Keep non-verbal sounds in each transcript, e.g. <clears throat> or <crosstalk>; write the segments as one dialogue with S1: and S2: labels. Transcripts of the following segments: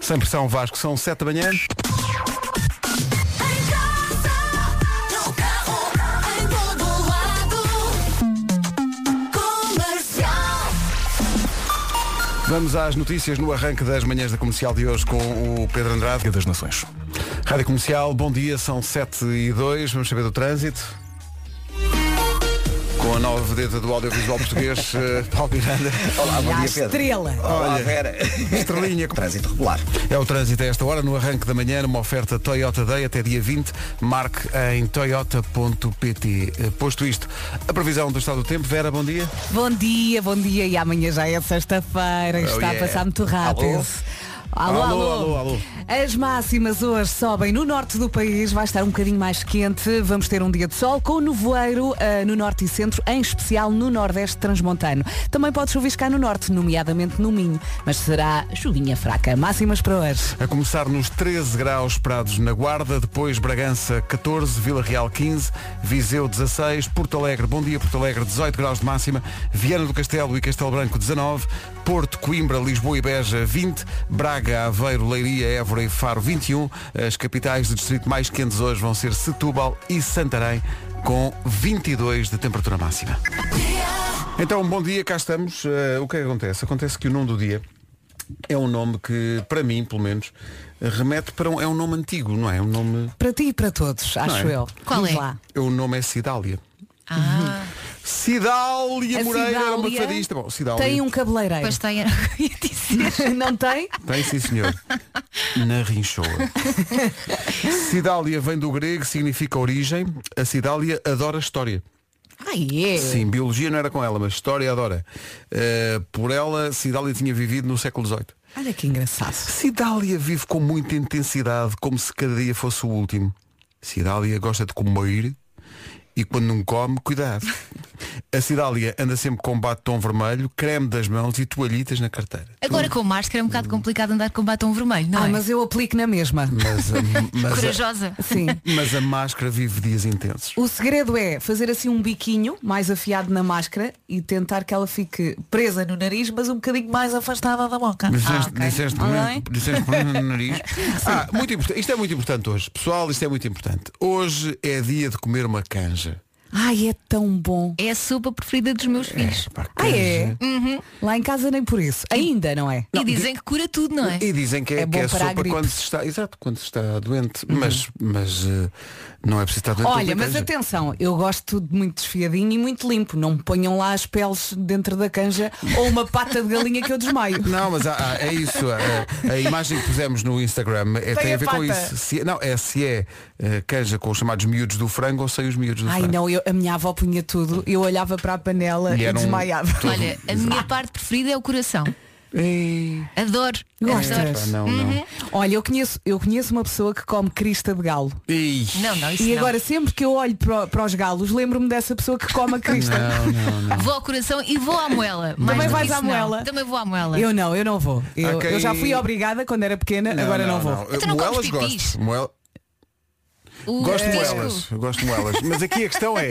S1: Sem pressão, Vasco, são 7 da manhã.
S2: Em casa, no carro, em todo lado. Comercial.
S1: Vamos às notícias no arranque das manhãs da comercial de hoje com o Pedro Andrade.
S3: Liga das Nações.
S1: Rádio Comercial, bom dia, são 7 e 2, vamos saber do trânsito. Com a nova vedeta do audiovisual
S4: <laughs>
S1: português, eh, Paulo Miranda.
S4: Olá, bom
S5: E à
S4: dia, Pedro.
S5: estrela.
S1: Oh.
S4: Olá, Vera.
S1: Estrelinha.
S4: Trânsito regular.
S1: É o trânsito a esta hora, no arranque da manhã, numa oferta Toyota Day até dia 20. Marque em toyota.pt. Eh, Posto isto, a previsão do estado do tempo. Vera, bom dia.
S5: Bom dia, bom dia e amanhã já é
S1: Oh,
S5: sexta-feira. Está
S1: yeah.
S5: a passar muito rápido.
S1: Alô? Alô, alô, alô.
S5: As máximas hoje sobem no norte do país, vai estar um bocadinho mais quente, vamos ter um dia de sol com nevoeiro ah, no norte e centro, em especial no nordeste transmontano. Também pode chuviscar no norte, nomeadamente no Minho, mas será chuvinha fraca. Máximas para hoje.
S1: A começar nos 13 graus esperados na Guarda, depois Bragança 14, Vila Real 15, Viseu 16, Porto Alegre, bom dia Porto Alegre, 18 graus de máxima, Viana do Castelo e Castelo Branco 19, Porto, Coimbra, Lisboa e Beja 20, Braga, Aveiro, Leiria, Évora e Faro 21. As capitais do distrito mais quentes hoje vão ser Setúbal e Santarém, com 22 de temperatura máxima. Então, bom dia, cá estamos. Eh, o que é que acontece? Acontece que o nome do dia é um nome que, para mim, pelo menos, remete para um. É um nome antigo, não é? É Um nome.
S5: Para ti e para todos, acho
S1: é?
S5: eu.
S6: Qual
S5: Vamos
S6: é?
S5: Lá.
S1: é, O nome é Cidália.
S6: Ah,
S5: <laughs>
S1: Cidália
S5: A
S1: Moreira era uma
S5: É Cidália
S1: fadista. Bom, Cidália.
S5: Tem um cabeleireiro.
S6: pois tem, <laughs> era o que eu ia dizer.
S5: <laughs> Não tem?
S1: Tem sim
S5: <laughs>
S1: senhor. Na rinchoa. Cidália vem do grego, significa origem. A Cidália adora história.
S5: Ai, é.
S1: Sim, biologia não era com ela, mas história adora. Eh, por ela, Cidália tinha vivido no século XVIII.
S5: Olha que engraçado.
S1: Cidália vive com muita intensidade, como se cada dia fosse o último. Cidália gosta de comer e quando não come, cuidado.
S6: <laughs>
S1: A Cidália anda sempre com um batom vermelho, creme das mãos e toalhitas na carteira.
S6: Agora com máscara é um bocado complicado andar com batom vermelho, não
S5: Hum. Ah,
S6: é?
S5: mas eu aplico na mesma.
S1: Mas a, mas, a,
S6: <laughs> Corajosa.
S5: Sim.
S1: mas a máscara vive dias intensos.
S5: O segredo é fazer assim um biquinho mais afiado na máscara e tentar que ela fique presa no nariz, mas um bocadinho mais afastada da boca.
S1: Disseste,
S6: Ah, ok.
S1: disseste,
S6: Olá,
S1: problema-
S6: hein?
S1: disseste problema no
S6: <laughs>
S1: nariz. Ah, muito importante. Isto é muito importante hoje. Pessoal, isto é muito importante. Hoje é dia de comer uma canja.
S5: Ai, é tão bom.
S6: É a sopa preferida dos meus filhos.
S1: Pá,
S5: Ah, é?
S1: canja.
S5: Lá em casa nem por isso. Ainda, não é?
S6: e dizem que cura tudo, não é?
S1: E dizem que é,
S5: É
S1: que
S5: bom
S1: é
S5: para a
S1: sopa
S5: gripe. Uhum.
S1: quando se está. Exato, quando se está doente. Mas, mas eh, não é preciso estar doente.
S5: Olha,
S1: para
S5: mas
S1: canja.
S5: atenção, eu gosto de muito desfiadinho e muito limpo. Não me ponham lá as peles dentro da canja ou uma pata de galinha que
S1: <laughs>
S5: eu desmaio.
S1: Não, mas há- há- é isso. A, a imagem que pusemos no Instagram é- tem,
S5: Tem
S1: a
S5: a
S1: ver com
S5: pata.
S1: isso. Se- não, é se é eh, canja com os chamados miúdos do frango ou sem os miúdos do
S5: Ai
S1: frango.
S5: não, eu- a minha avó punha tudo, eu olhava para a panela
S1: E
S5: e,
S1: era um-
S5: desmaiava.
S6: Olha, a minha parte preferida é o coração.
S1: Ei,
S6: Adoro.
S5: Gostas?
S1: É, pá, não, não.
S5: Olha, eu conheço, eu conheço uma pessoa que come crista de galo.
S1: Ei.
S6: Não, não, isso
S5: E
S6: não.
S5: agora sempre que eu olho para, para os galos, lembro-me dessa pessoa que come a crista.
S1: Não, não, não.
S6: Vou ao coração e vou à moela. Mais
S5: Também
S6: do que
S5: vais
S6: isso,
S5: à
S6: não.
S5: moela?
S6: Também vou à moela.
S5: Eu não, eu não vou. Eu,
S1: Há quem-
S5: eu já fui obrigada quando era pequena, agora não, vou.
S6: Então não
S1: Moelas
S6: comes pipis?
S1: gosto. Moel...
S6: O
S1: Gosto de
S6: disco.
S1: moelas. Eu Gosto de moelas. Mas aqui a questão
S5: <laughs>
S1: é,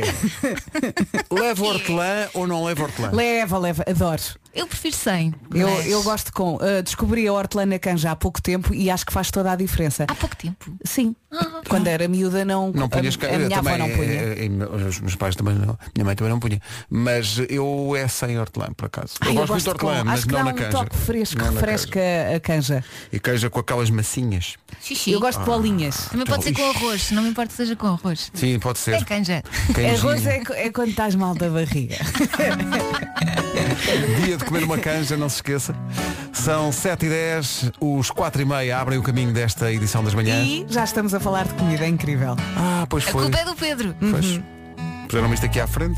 S1: leva hortelã ou não leva hortelã?
S5: Leva, leva, adoro.
S6: Eu prefiro sem.
S5: Eu,
S6: mas
S5: eu gosto com. ah, descobri a hortelã na canja há pouco tempo e acho que faz toda a diferença.
S6: Há pouco tempo.
S5: Ah, Sim. Quando era miúda não,
S1: Não punhas
S5: a,
S1: ca-
S5: a
S1: eu
S5: minha avó
S1: também,
S5: não punha.
S1: eh, eh, eh, Os meus pais também não. Minha mãe também não punha. Mas eu é sem hortelã, por acaso.
S5: Ai,
S1: eu gosto muito de hortelã,
S5: com-
S1: mas
S5: acho que
S1: não
S5: dá
S1: na
S5: um
S1: canja.
S5: toque fresco,
S1: Não na
S5: refresca a canja.
S1: canja. E canja com aquelas massinhas.
S6: Xixi.
S5: Eu gosto de
S1: Ah.
S5: bolinhas.
S6: Também pode ser com arroz. Não me importa que seja com arroz.
S1: Sim, pode ser.
S6: É canja.
S1: Canjinha.
S5: Arroz é, co- é quando estás mal da barriga.
S1: Dia de comer uma canja, não se esqueça. São 7h10, os 4h30 abrem o caminho desta edição das manhãs.
S5: E já estamos a falar de comida, é incrível.
S1: Ah, pois
S6: A
S1: foi.
S6: culpa é do Pedro.
S1: Pois. Puseram isto aqui à frente.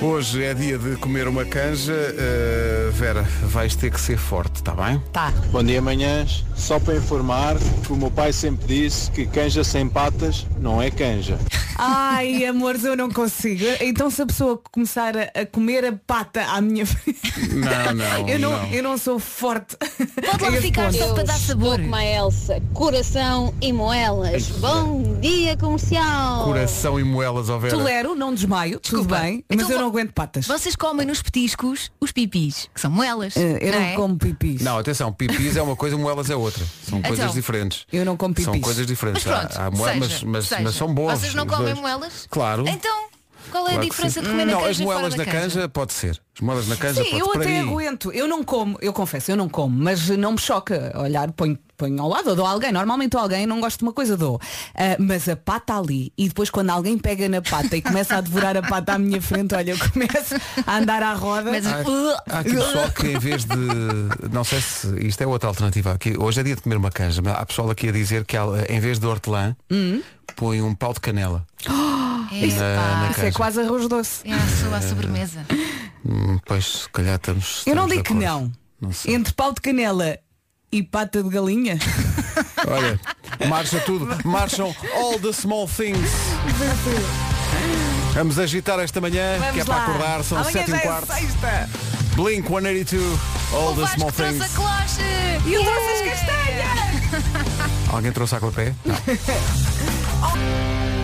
S1: Hoje é dia de comer uma canja. Eh, Vera, vais ter que ser forte, está bem?
S5: Tá.
S7: Bom dia, manhãs. Só para informar que o meu pai sempre disse que canja sem patas não é canja.
S5: Ai, amores, eu não consigo. Então se a pessoa começar a, a comer a pata à minha frente.
S1: Não,
S6: <laughs>
S1: não,
S5: eu não,
S1: não.
S5: eu não sou forte.
S6: Pode
S5: a
S6: lá
S5: esse
S6: ficar
S5: ponto.
S6: só para dar sabor.
S8: Uma Elsa, coração e moelas. Bom dia comercial.
S1: Coração e moelas, ó Vera.
S5: Tolero, não desmaio, tudo
S6: Desculpa.
S5: bem,
S6: Então
S5: mas eu
S6: vou-
S5: não aguento patas.
S6: Vocês comem nos petiscos os pipis, que são moelas.
S5: Eh, Eu
S6: não
S5: não,
S6: é?
S5: como pipis.
S1: Não, atenção, pipis é uma coisa, moelas é outra. São
S6: Então,
S1: coisas diferentes.
S5: eu não como
S1: São
S5: pipis.
S1: coisas
S6: Mas
S1: diferentes.
S6: pronto,
S1: Há- há moelas, mas,
S6: seja,
S1: mas-
S6: seja.
S1: mas são boas.
S6: Vocês não
S1: os
S6: comem
S1: dois.
S6: moelas?
S1: Claro.
S6: Então, qual é
S1: claro
S6: a
S1: que
S6: diferença
S1: sim.
S6: de comer na
S1: não,
S6: canja
S1: as
S6: e fora
S1: moelas
S6: da
S1: na canja? pode ser. As moelas na canja
S5: Sim,
S1: pode
S5: eu
S1: é para
S5: até
S1: mim,
S5: aguento. Eu não como, eu confesso, eu não como, mas não me choca olhar, ponho, ponho ao lado, ou dou a alguém. Normalmente a alguém não gosto de uma coisa, dou. Ah, mas a pata ali, e depois quando alguém pega na pata e começa a devorar a pata à minha frente, olha, eu começo a andar à roda.
S6: Mas-
S1: Há aqui pessoal que em vez de. Não sei se isto é outra alternativa aqui. Hoje é dia de comer uma canja, mas há pessoal aqui a dizer que ela, em vez de hortelã, põe um pau de canela. na
S6: É, pá,
S5: Isso é quase arroz doce.
S6: é a
S1: <laughs>
S6: sua sobremesa.
S1: Hum, pois, se calhar estamos.
S5: Eu não
S1: estamos de
S5: digo que
S1: acordo.
S5: não.
S1: Não sei.
S5: Entre pau de canela e pata de galinha.
S1: Olha, marcha tudo. Marcham all the small things. Vamos agitar esta manhã, que é
S5: Vamos
S1: para
S5: lá.
S1: acordar, são
S5: Amanhã
S1: 7 e
S5: já
S1: um
S5: é
S1: quarto.
S5: sexta.
S1: Blink 182, all
S6: o
S1: the
S6: Vasco
S1: small
S6: trouxe
S1: things.
S6: a cloche.
S5: E eu trouxe as castanhas.
S1: Alguém trouxe a pé? Não. <laughs>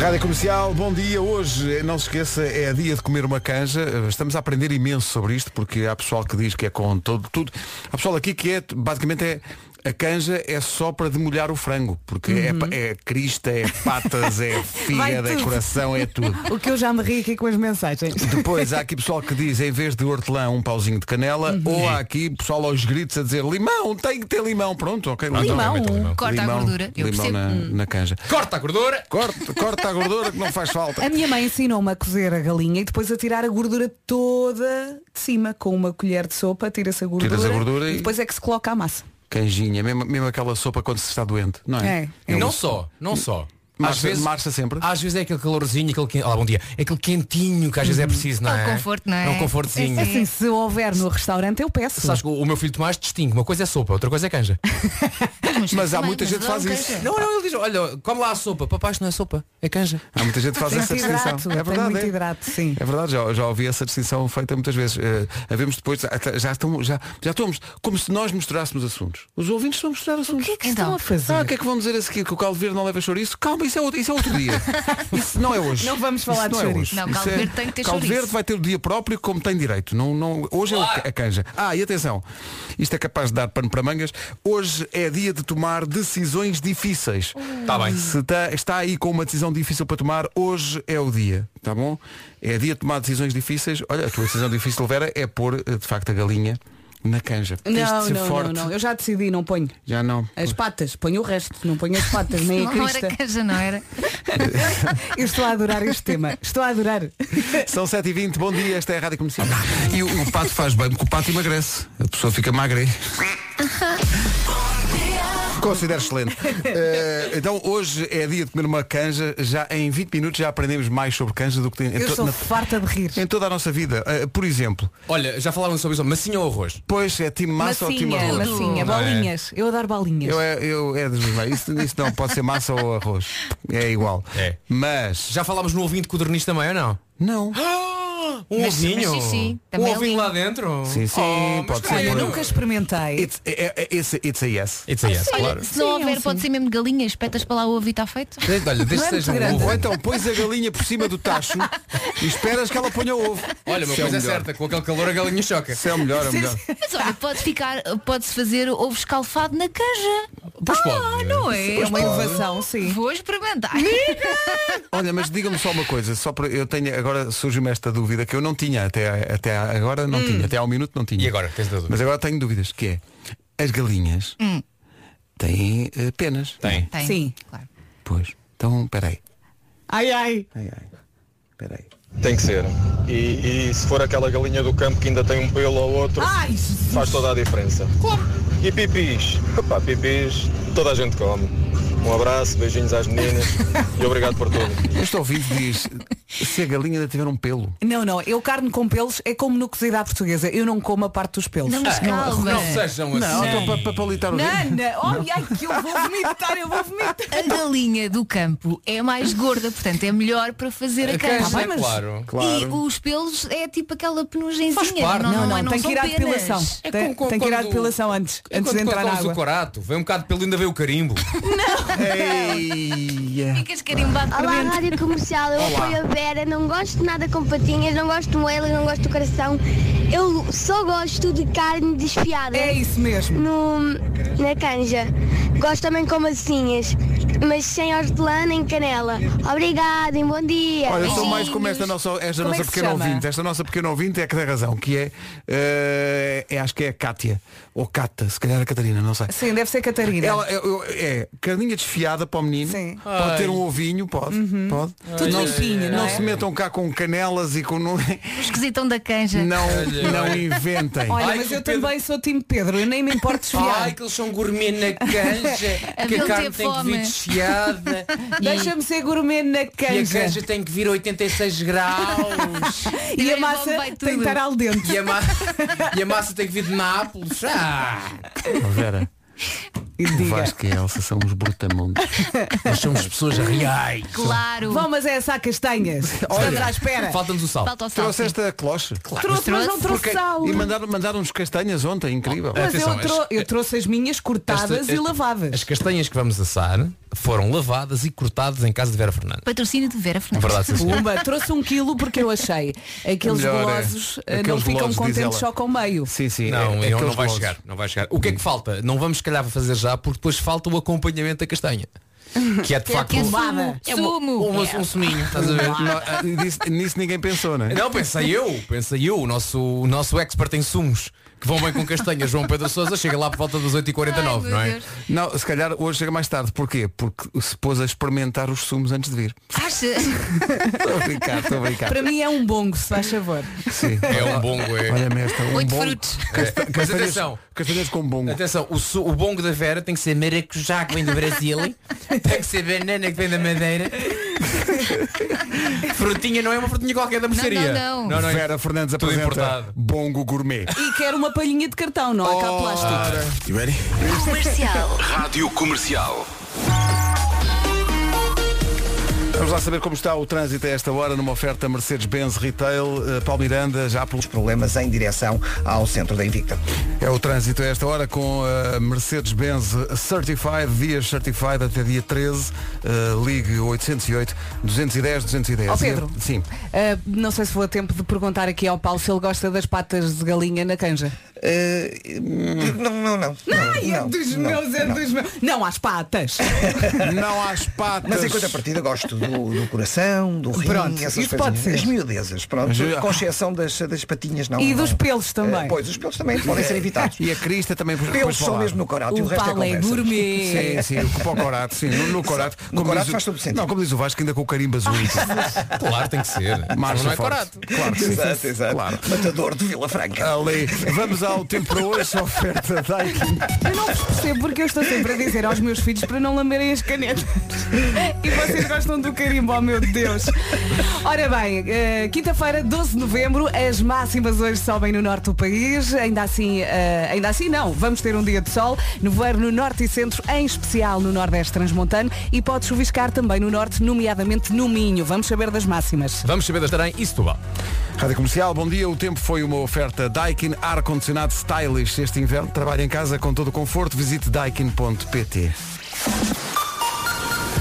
S1: Rádio Comercial, bom dia. Hoje, não se esqueça, é dia de comer uma canja. Estamos a aprender imenso sobre isto, porque há pessoal que diz que é com todo, tudo. Há pessoal aqui que é, basicamente é, a canja é só para demolhar o frango, porque é pa- é, crista, é patas, é fígado, é
S5: tudo.
S1: coração, é tudo.
S5: O que eu já me ri aqui com as mensagens.
S1: Depois há aqui pessoal que diz em vez de hortelã um pauzinho de canela
S5: Uhum.
S1: ou há aqui pessoal aos gritos a dizer limão, tem que ter limão, pronto, ok.
S5: Limão.
S3: Mete o limão.
S6: Corta a
S1: Limão-
S6: gordura. Eu
S1: limão
S6: percebo.
S1: na,
S5: Hum.
S1: na canja.
S3: Corta a gordura.
S1: Corta, corta a gordura que não faz
S5: <laughs>
S1: falta.
S5: A minha mãe ensinou-me a cozer a galinha e depois a tirar a gordura toda de cima com uma colher de sopa, tira-se a gordura,
S1: Tiras a gordura e-
S5: depois é que se coloca a massa.
S1: Canjinha, mesmo, mesmo aquela sopa quando se está doente, não é?
S5: É, é.
S1: Eu-
S3: Não só, não só.
S1: Marcha- marcha sempre?
S3: Às vezes é aquele calorzinho, aquele quente, Olá, bom dia. É aquele quentinho que às vezes é preciso, não
S6: É
S3: é?
S6: um conforto, não é?
S3: É um confortozinho.
S6: É
S5: Assim, se houver no restaurante eu peço.
S3: Sabes que o o meu filho Tomás distingue, uma coisa é sopa, outra coisa é canja.
S1: Mas há
S6: também,
S1: muita
S6: mas
S1: gente que
S6: dá
S1: faz
S6: um
S1: isso.
S3: <laughs>
S6: queijo.
S3: Não, não, ele diz, olha, come lá a sopa, papai, isto não é sopa, é canja.
S1: Há muita gente que faz
S5: Tem
S1: essa
S5: muito
S1: distinção.
S5: hidrato,
S1: é
S5: tem
S1: verdade.
S5: muito
S1: é.
S5: hidrato, sim.
S1: É verdade, já, já ouvi essa distinção feita muitas vezes. Eh, havemos depois, já, já, estamos, já, já estamos, como se nós misturássemos assuntos. Os ouvintes vão misturar assuntos.
S5: O que estão
S6: Então.
S5: a fazer?
S1: Ah, o que é que vão dizer a seguir? Que o Caldo Verde não leva chouriço? Calma, isso é outro, isso é outro
S5: <laughs>
S1: dia. Isso não é hoje.
S5: Não vamos
S1: Isso
S5: falar de
S1: não É
S5: chouriço.
S1: hoje.
S6: Não,
S1: Isso
S6: Caldo
S1: é-
S6: Verde tem que ter
S1: Caldo
S6: chouriço.
S1: Verde vai ter o dia próprio como tem direito. Não, não, hoje é o ca- a canja. Ah, e atenção. Isto é capaz de dar pano para mangas. Hoje é dia de tomar decisões difíceis.
S3: Tá bem.
S1: Se está, está aí com uma decisão difícil para tomar, hoje é o dia. Tá bom? É dia de tomar decisões difíceis. Olha, a tua decisão difícil, Vera, é pôr, eh, de facto, a galinha na canja. Porque isto
S5: Não,
S1: ser
S5: não,
S1: forte,
S5: não, não. Eu já decidi, não ponho.
S1: Já não.
S5: As patas, ponho o resto, não ponho as patas, nem a
S6: <laughs> Não era
S5: crista.
S6: canja, não era?
S5: Eu estou a adorar este tema. Estou a adorar.
S1: São 7h20, bom dia, esta é a Rádio Comercial. E o, o pato faz bem porque o pato emagrece. A pessoa fica magra. é? Considero excelente. Eh, então hoje é dia de comer uma canja. Já em 20 minutos já aprendemos mais sobre canja do que tem em,
S5: Eu
S1: to-
S5: estou
S1: na-
S5: farta de rir.
S1: em toda a nossa vida. Eh, por exemplo,
S3: Olha, já falaram sobre isso, massinha ou arroz?
S1: pois é time massa ou time
S5: Massinha,
S1: arroz?
S5: massinha,
S3: Não é?
S5: bolinhas. Eu adoro bolinhas.
S1: Eu é, eu é dos meus. Isso, isso não pode ser massa ou arroz. É igual.
S3: É.
S1: Mas
S3: Já falámos no ovinho de codorniz também ou não?
S1: não.
S3: Ah, Um
S6: Mas-
S3: ovinho?
S6: mas sim, sim,
S3: um
S6: também é
S3: ovinho
S6: lindo.
S3: lá dentro?
S1: Sim, sim,
S3: Oh, mas
S1: pode ser
S3: olha,
S1: por-
S5: Eu
S1: eu-
S5: nunca experimentei.
S1: It's, é- é- it's, a- it's a <laughs> yes.
S3: It's a yes, claro.
S6: Olha, se não
S5: Sim,
S6: houver,
S5: sim.
S6: pode ser mesmo de galinha, espetas para lá o ovo e
S1: <laughs>
S6: está feito.
S3: Olha, desde
S5: Não é
S3: que
S5: muito
S3: seja um
S5: grande.
S3: ovo.
S1: Ou então pões a galinha por cima do tacho e esperas que ela ponha o ovo.
S3: Olha, uma coisa
S1: Isso
S3: é
S1: o melhor.
S3: certa, com aquele calor a galinha choca.
S1: Isso é o melhor, é o melhor.
S6: Mas olha, pode ficar, pode-se fazer ovo escalfado na canja.
S3: Pois
S6: ah,
S3: pode.
S6: não é?
S5: É uma inovação, sim.
S6: Vou experimentar. <laughs>
S1: Olha, mas diga-me só uma coisa, só para eu tenho agora surge-me esta dúvida que eu não tinha até até agora não tinha, até ao minuto não tinha.
S3: E agora? Tens da dúvida?
S1: Mas agora tenho dúvidas, que é as galinhas têm eh, penas.
S3: Tem.
S6: Tem,
S5: Sim.
S6: Claro.
S1: Pois. Então, peraí.
S5: Ai, ai.
S1: Ai ai. Peraí.
S4: Tem que ser. E, e se for aquela galinha do campo que ainda tem um pelo ou outro,
S5: Ai,
S4: faz toda a diferença. E pipis? Epá, pipis, toda a gente come. Um abraço, beijinhos às meninas e obrigado por tudo.
S1: Este ouvinte diz se a galinha ainda tiver um pelo.
S5: Não, não, eu carne com pelos é como no cozido à portuguesa. Eu não como a parte dos pelos.
S6: Não, mas calma.
S3: é Não sejam
S1: Não,
S3: assim.
S1: então para- para palitar o dedo.
S5: Nana, olha ai, que eu vou vomitar, eu vou vomitar.
S6: A galinha do campo é mais gorda, portanto é melhor para fazer a canja.
S5: Tá bem, mas-
S3: É claro.
S6: E os pelos é tipo aquela
S3: Faz
S6: penugenzinha.
S3: parte.
S6: Não,
S5: Não,
S6: não,
S5: não,
S6: é, não
S5: tem que
S6: são
S5: ir à
S6: penas.
S5: depilação.
S3: É
S5: Tem-
S3: como- como
S5: tem que ir à
S3: quando-
S5: depilação antes,
S3: é
S5: antes de
S3: quando
S5: entrar na
S3: cortamos
S5: água.
S3: o corato, vem um bocado de pelo ainda vem o carimbo.
S1: Eia.
S6: Ficas carimbado por
S1: é.
S9: Olá,
S6: dentro.
S9: Rádio Comercial, eu apoio a Vera, não gosto nada com patinhas, não gosto de moela, não gosto do coração. Eu só gosto de carne desfiada
S5: É isso mesmo.
S9: no, na canja. Gosto também com massinhas, mas sem hortelã nem canela. Obrigada e bom dia.
S1: Olha, sou mais como esta nossa, esta
S5: É Como
S1: nossa
S5: é que se
S1: pequena
S5: chama?
S1: ouvinte. Esta nossa pequena ouvinte é que tem razão, que é, eh, é acho que é a Cátia. Ou Cata, se calhar é a Catarina, não sei.
S5: Sim, deve ser Catarina.
S1: Ela é, eu- é carninha desfiada para o menino,
S5: Sim. Uhum.
S1: pode ter um ovinho, pode, pode.
S5: Tudo
S1: não, se-
S5: limpinho, não
S1: não
S5: é?
S1: se metam cá com canelas e com
S5: <laughs>
S1: não,
S6: O esquisitão da canja.
S1: não,
S3: Olha,
S1: não
S3: olha.
S1: inventem.
S5: Olha,
S3: Ai,
S5: mas
S3: que
S5: eu
S3: Pedro.
S5: também sou time Pedro, eu nem me importo desviar.
S3: Ai, que eles são gourmet na
S5: <laughs>
S3: canja, que
S6: Abel
S3: a carne
S6: teve
S3: tem que vir
S6: fome.
S3: desfiada e-
S5: Deixa-me ser gourmet na
S3: e a
S5: canja.
S3: canja tem que vir a 86 graus.
S5: E a
S6: Três
S5: massa
S6: bomba
S5: tem
S6: e
S5: que
S6: tudo.
S5: estar al dente.
S3: E a, ma- <laughs> e a massa tem que vir de Nápoles. Ah,
S1: Oh, Vera,
S5: E
S1: o
S5: diga.
S1: Vasco e a Elsa são uns
S5: <laughs>
S1: brutamundos.
S3: nós somos pessoas reais.
S6: Claro.
S5: Vão, mas é essa castanhas. Estamos à espera.
S3: Falta-nos o sal.
S6: Falta o sal.
S1: Trouxe esta cloche. Claro.
S5: Trouxe, mas não trouxe sal.
S1: E mandaram- mandaram-nos castanhas ontem, incrível.
S5: Mas
S3: Atenção,
S5: eu, trou- eu trouxe as minhas cortadas
S3: Esta- esta-
S5: e lavadas.
S3: As castanhas que vamos assar foram lavadas e cortadas em casa de Vera Fernandes.
S6: Patrocínio de Vera
S3: É
S6: Fernandes.
S3: verdade, sim, senhor.
S5: Pumba, trouxe um quilo porque eu achei. Aqueles
S1: Melhor, é.
S5: golosos eh, não
S1: Aqueles
S5: ficam
S1: golosos, diz
S5: contentes
S1: ela.
S5: só com meio.
S1: Sim, sim.
S3: Não,
S1: é- é
S3: eu não
S1: aqueles
S3: vai
S1: gozos.
S3: chegar, não vai chegar. O que é que falta? Não vamos se calhar fazer já, porque depois falta o acompanhamento da castanha. Que é de
S6: <laughs> Que é
S3: facto
S6: que é
S3: um-
S6: sumo.
S3: é uma-
S6: Sumo.
S3: um, um suminho, estás
S6: <laughs>
S3: a ver?
S1: Não, ah, nisso, nisso ninguém
S3: <laughs>
S1: pensou, não é?
S3: Não, pensei eu, pensei eu, o nosso, o nosso expert em sumos, que vão bem com castanhas, João Pedro Sousa, chega lá por volta das 8h49,
S6: Ai, meu
S3: não é?
S6: Deus.
S1: Não, se calhar hoje chega mais tarde. Porquê? Porque se pôs a experimentar os sumos antes de
S3: <laughs>
S1: vir.
S6: Acha?
S1: Estou a brincar, estou a brincar.
S5: Para mim é um bongo, se faz favor.
S1: Sim.
S3: É um bongo, é.
S1: Olha mestre, um
S6: Oito
S1: bom...
S6: frutos.
S1: Casta-
S3: É, mas
S1: castanhas-
S3: atenção.
S1: Castanhas com bongo.
S3: Atenção, o, su- o bongo da Vera tem que ser maracujá que vem do Brasil, tem que ser banana que vem da Madeira.
S6: <laughs>
S3: frutinha não é uma frutinha qualquer da mercearia.
S6: não, não.
S3: é-
S1: Vera Fernandes
S3: Tudo
S1: apresenta
S3: importado.
S1: bongo gourmet.
S5: E quero uma palhinha de cartão, não há cá plástico.
S10: You ready?
S9: <laughs>
S2: Comercial.
S10: Rádio Comercial.
S1: Vamos lá saber como está o trânsito a esta hora numa oferta Mercedes-Benz Retail. Eh, Paulo Miranda, já pelos
S11: Problemas em direção ao centro da Invicta.
S1: É o trânsito a esta hora com a Mercedes-Benz Certified, dias Certified até dia 13, eh, ligue 808 210 210.
S5: Ó, Pedro.
S1: E, sim.
S5: Ah, não sei se vou a tempo de perguntar aqui ao Paulo se ele gosta das patas de galinha na canja.
S11: Eh, não, não, não.
S5: Ai, é dos
S11: não,
S5: meus, é
S11: não.
S5: dos meus. Não, às patas.
S1: Não
S11: <laughs>
S1: às patas.
S11: Mas é em contrapartida gosto do, do coração, do rim,
S5: Pronto,
S11: essas
S5: isso pode
S11: coisinhas.
S5: ser.
S11: As miudezas, pronto.
S1: Mas,
S11: Com exceção das, das patinhas, não.
S5: E
S11: não.
S5: dos pelos também.
S11: Eh, pois, os pelos também podem ser
S3: <laughs>
S11: evitados.
S1: E a Crista também depois
S11: Pelos são
S1: falava.
S11: mesmo no corato e o
S5: o
S11: resto é
S5: Paulo é
S11: conversa.
S1: Sim,
S5: gourmet.
S1: sim, para o Corato, sim, no, no Corato.
S11: No Corato
S1: diz o-
S11: faz todo sentido. Ah,
S1: Não, como diz o Vasco, ainda com o carimbo azul. e tudo.
S3: Claro, tem que ser.
S1: Marcha
S3: Mas não é
S1: forte.
S3: barato.
S1: Claro que sim.
S11: Exato, exato.
S1: Claro.
S11: Matador de Vila Franca.
S3: Ah,
S1: Ali. Vamos ao tempo para hoje, a oferta Daikin.
S5: Eu não vos percebo porque eu estou sempre a dizer aos meus filhos para não lamerem as canetas. E vocês gostam do carimbo, oh meu Deus. Ora bem, eh, quinta-feira, 12 de novembro, as máximas hoje sobem no norte do país. Ainda assim, eh, ainda assim não, vamos ter um dia de sol. Nevoeiro no norte e centro, em especial no nordeste transmontano. E pode chuviscar também no norte, nomeadamente no Minho. Vamos saber das máximas.
S3: Vamos saber das Tarém e Setúbal.
S1: Rádio Comercial, bom dia. O tempo foi uma oferta Daikin ar-condicionado stylish este inverno. Trabalhe em casa com todo o conforto. Visite daikin.pt.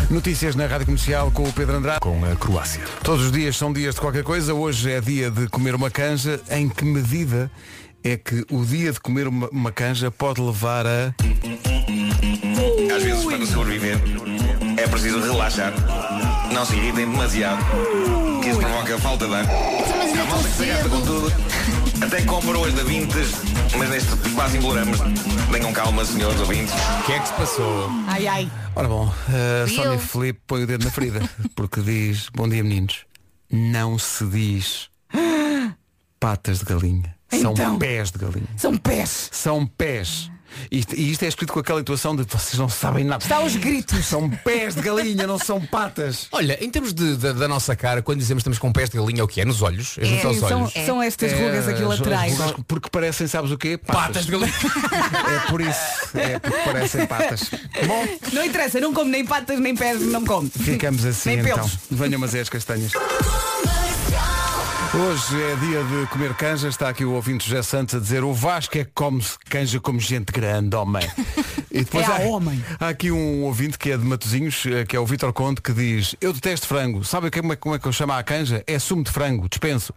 S1: Notícias na Rádio Comercial com o Pedro Andrade.
S10: Com a Croácia.
S1: Todos os dias são dias de qualquer coisa. Hoje é dia de comer uma canja. Em que medida é que o dia de comer uma, uma canja pode levar a...
S10: Às vezes, para sobreviver, é preciso relaxar. Não se irritem demasiado, que isso provoca falta de ar.
S6: Mas ainda
S10: A malta que se gasta com tudo. Até compra hoje da Vintes, mas neste quase imploramos. Tenham calma, senhores ouvintes.
S3: O que é que se passou?
S5: Ai, ai.
S1: Ora bom, a
S6: Viu?
S1: Sónia Felipe põe o dedo na ferida
S5: <laughs>
S1: porque diz, bom dia meninos, não se diz patas de galinha, são
S5: Então.
S1: pés de galinha,
S5: São pés.
S1: são pés. Isto- E isto é escrito com aquela intuação de vocês não sabem nada.
S5: Está aos gritos.
S1: São pés de galinha, não são
S5: <laughs>
S1: patas.
S3: Olha, em termos de- da- da nossa cara, quando dizemos que estamos com pés de galinha, é o que é? Nos olhos? É, junto aos
S5: Sim, são,
S3: olhos.
S6: É.
S5: são estas rugas aqui
S1: É,
S5: laterais.
S1: as rugas, Porque parecem, sabes o quê?
S3: Patas de galinha.
S5: <laughs>
S1: É por isso. É porque parecem patas. Bom,
S5: Não interessa, não como nem patas nem pés, não como.
S1: ficamos assim
S5: Nem
S1: então.
S5: pelos.
S1: Venham mas é as castanhas. Hoje é dia de comer canja, está aqui o ouvinte José Santos a dizer o Vasco é que come canja como gente grande,
S5: <laughs>
S1: homem. E depois
S5: É a
S1: há, há aqui um ouvinte que é de Matozinhos, eh, que é o Vitor Conte, que diz, eu detesto frango, sabe como é, como é que eu chamo a canja? É sumo de frango,
S5: <laughs>
S1: dispenso.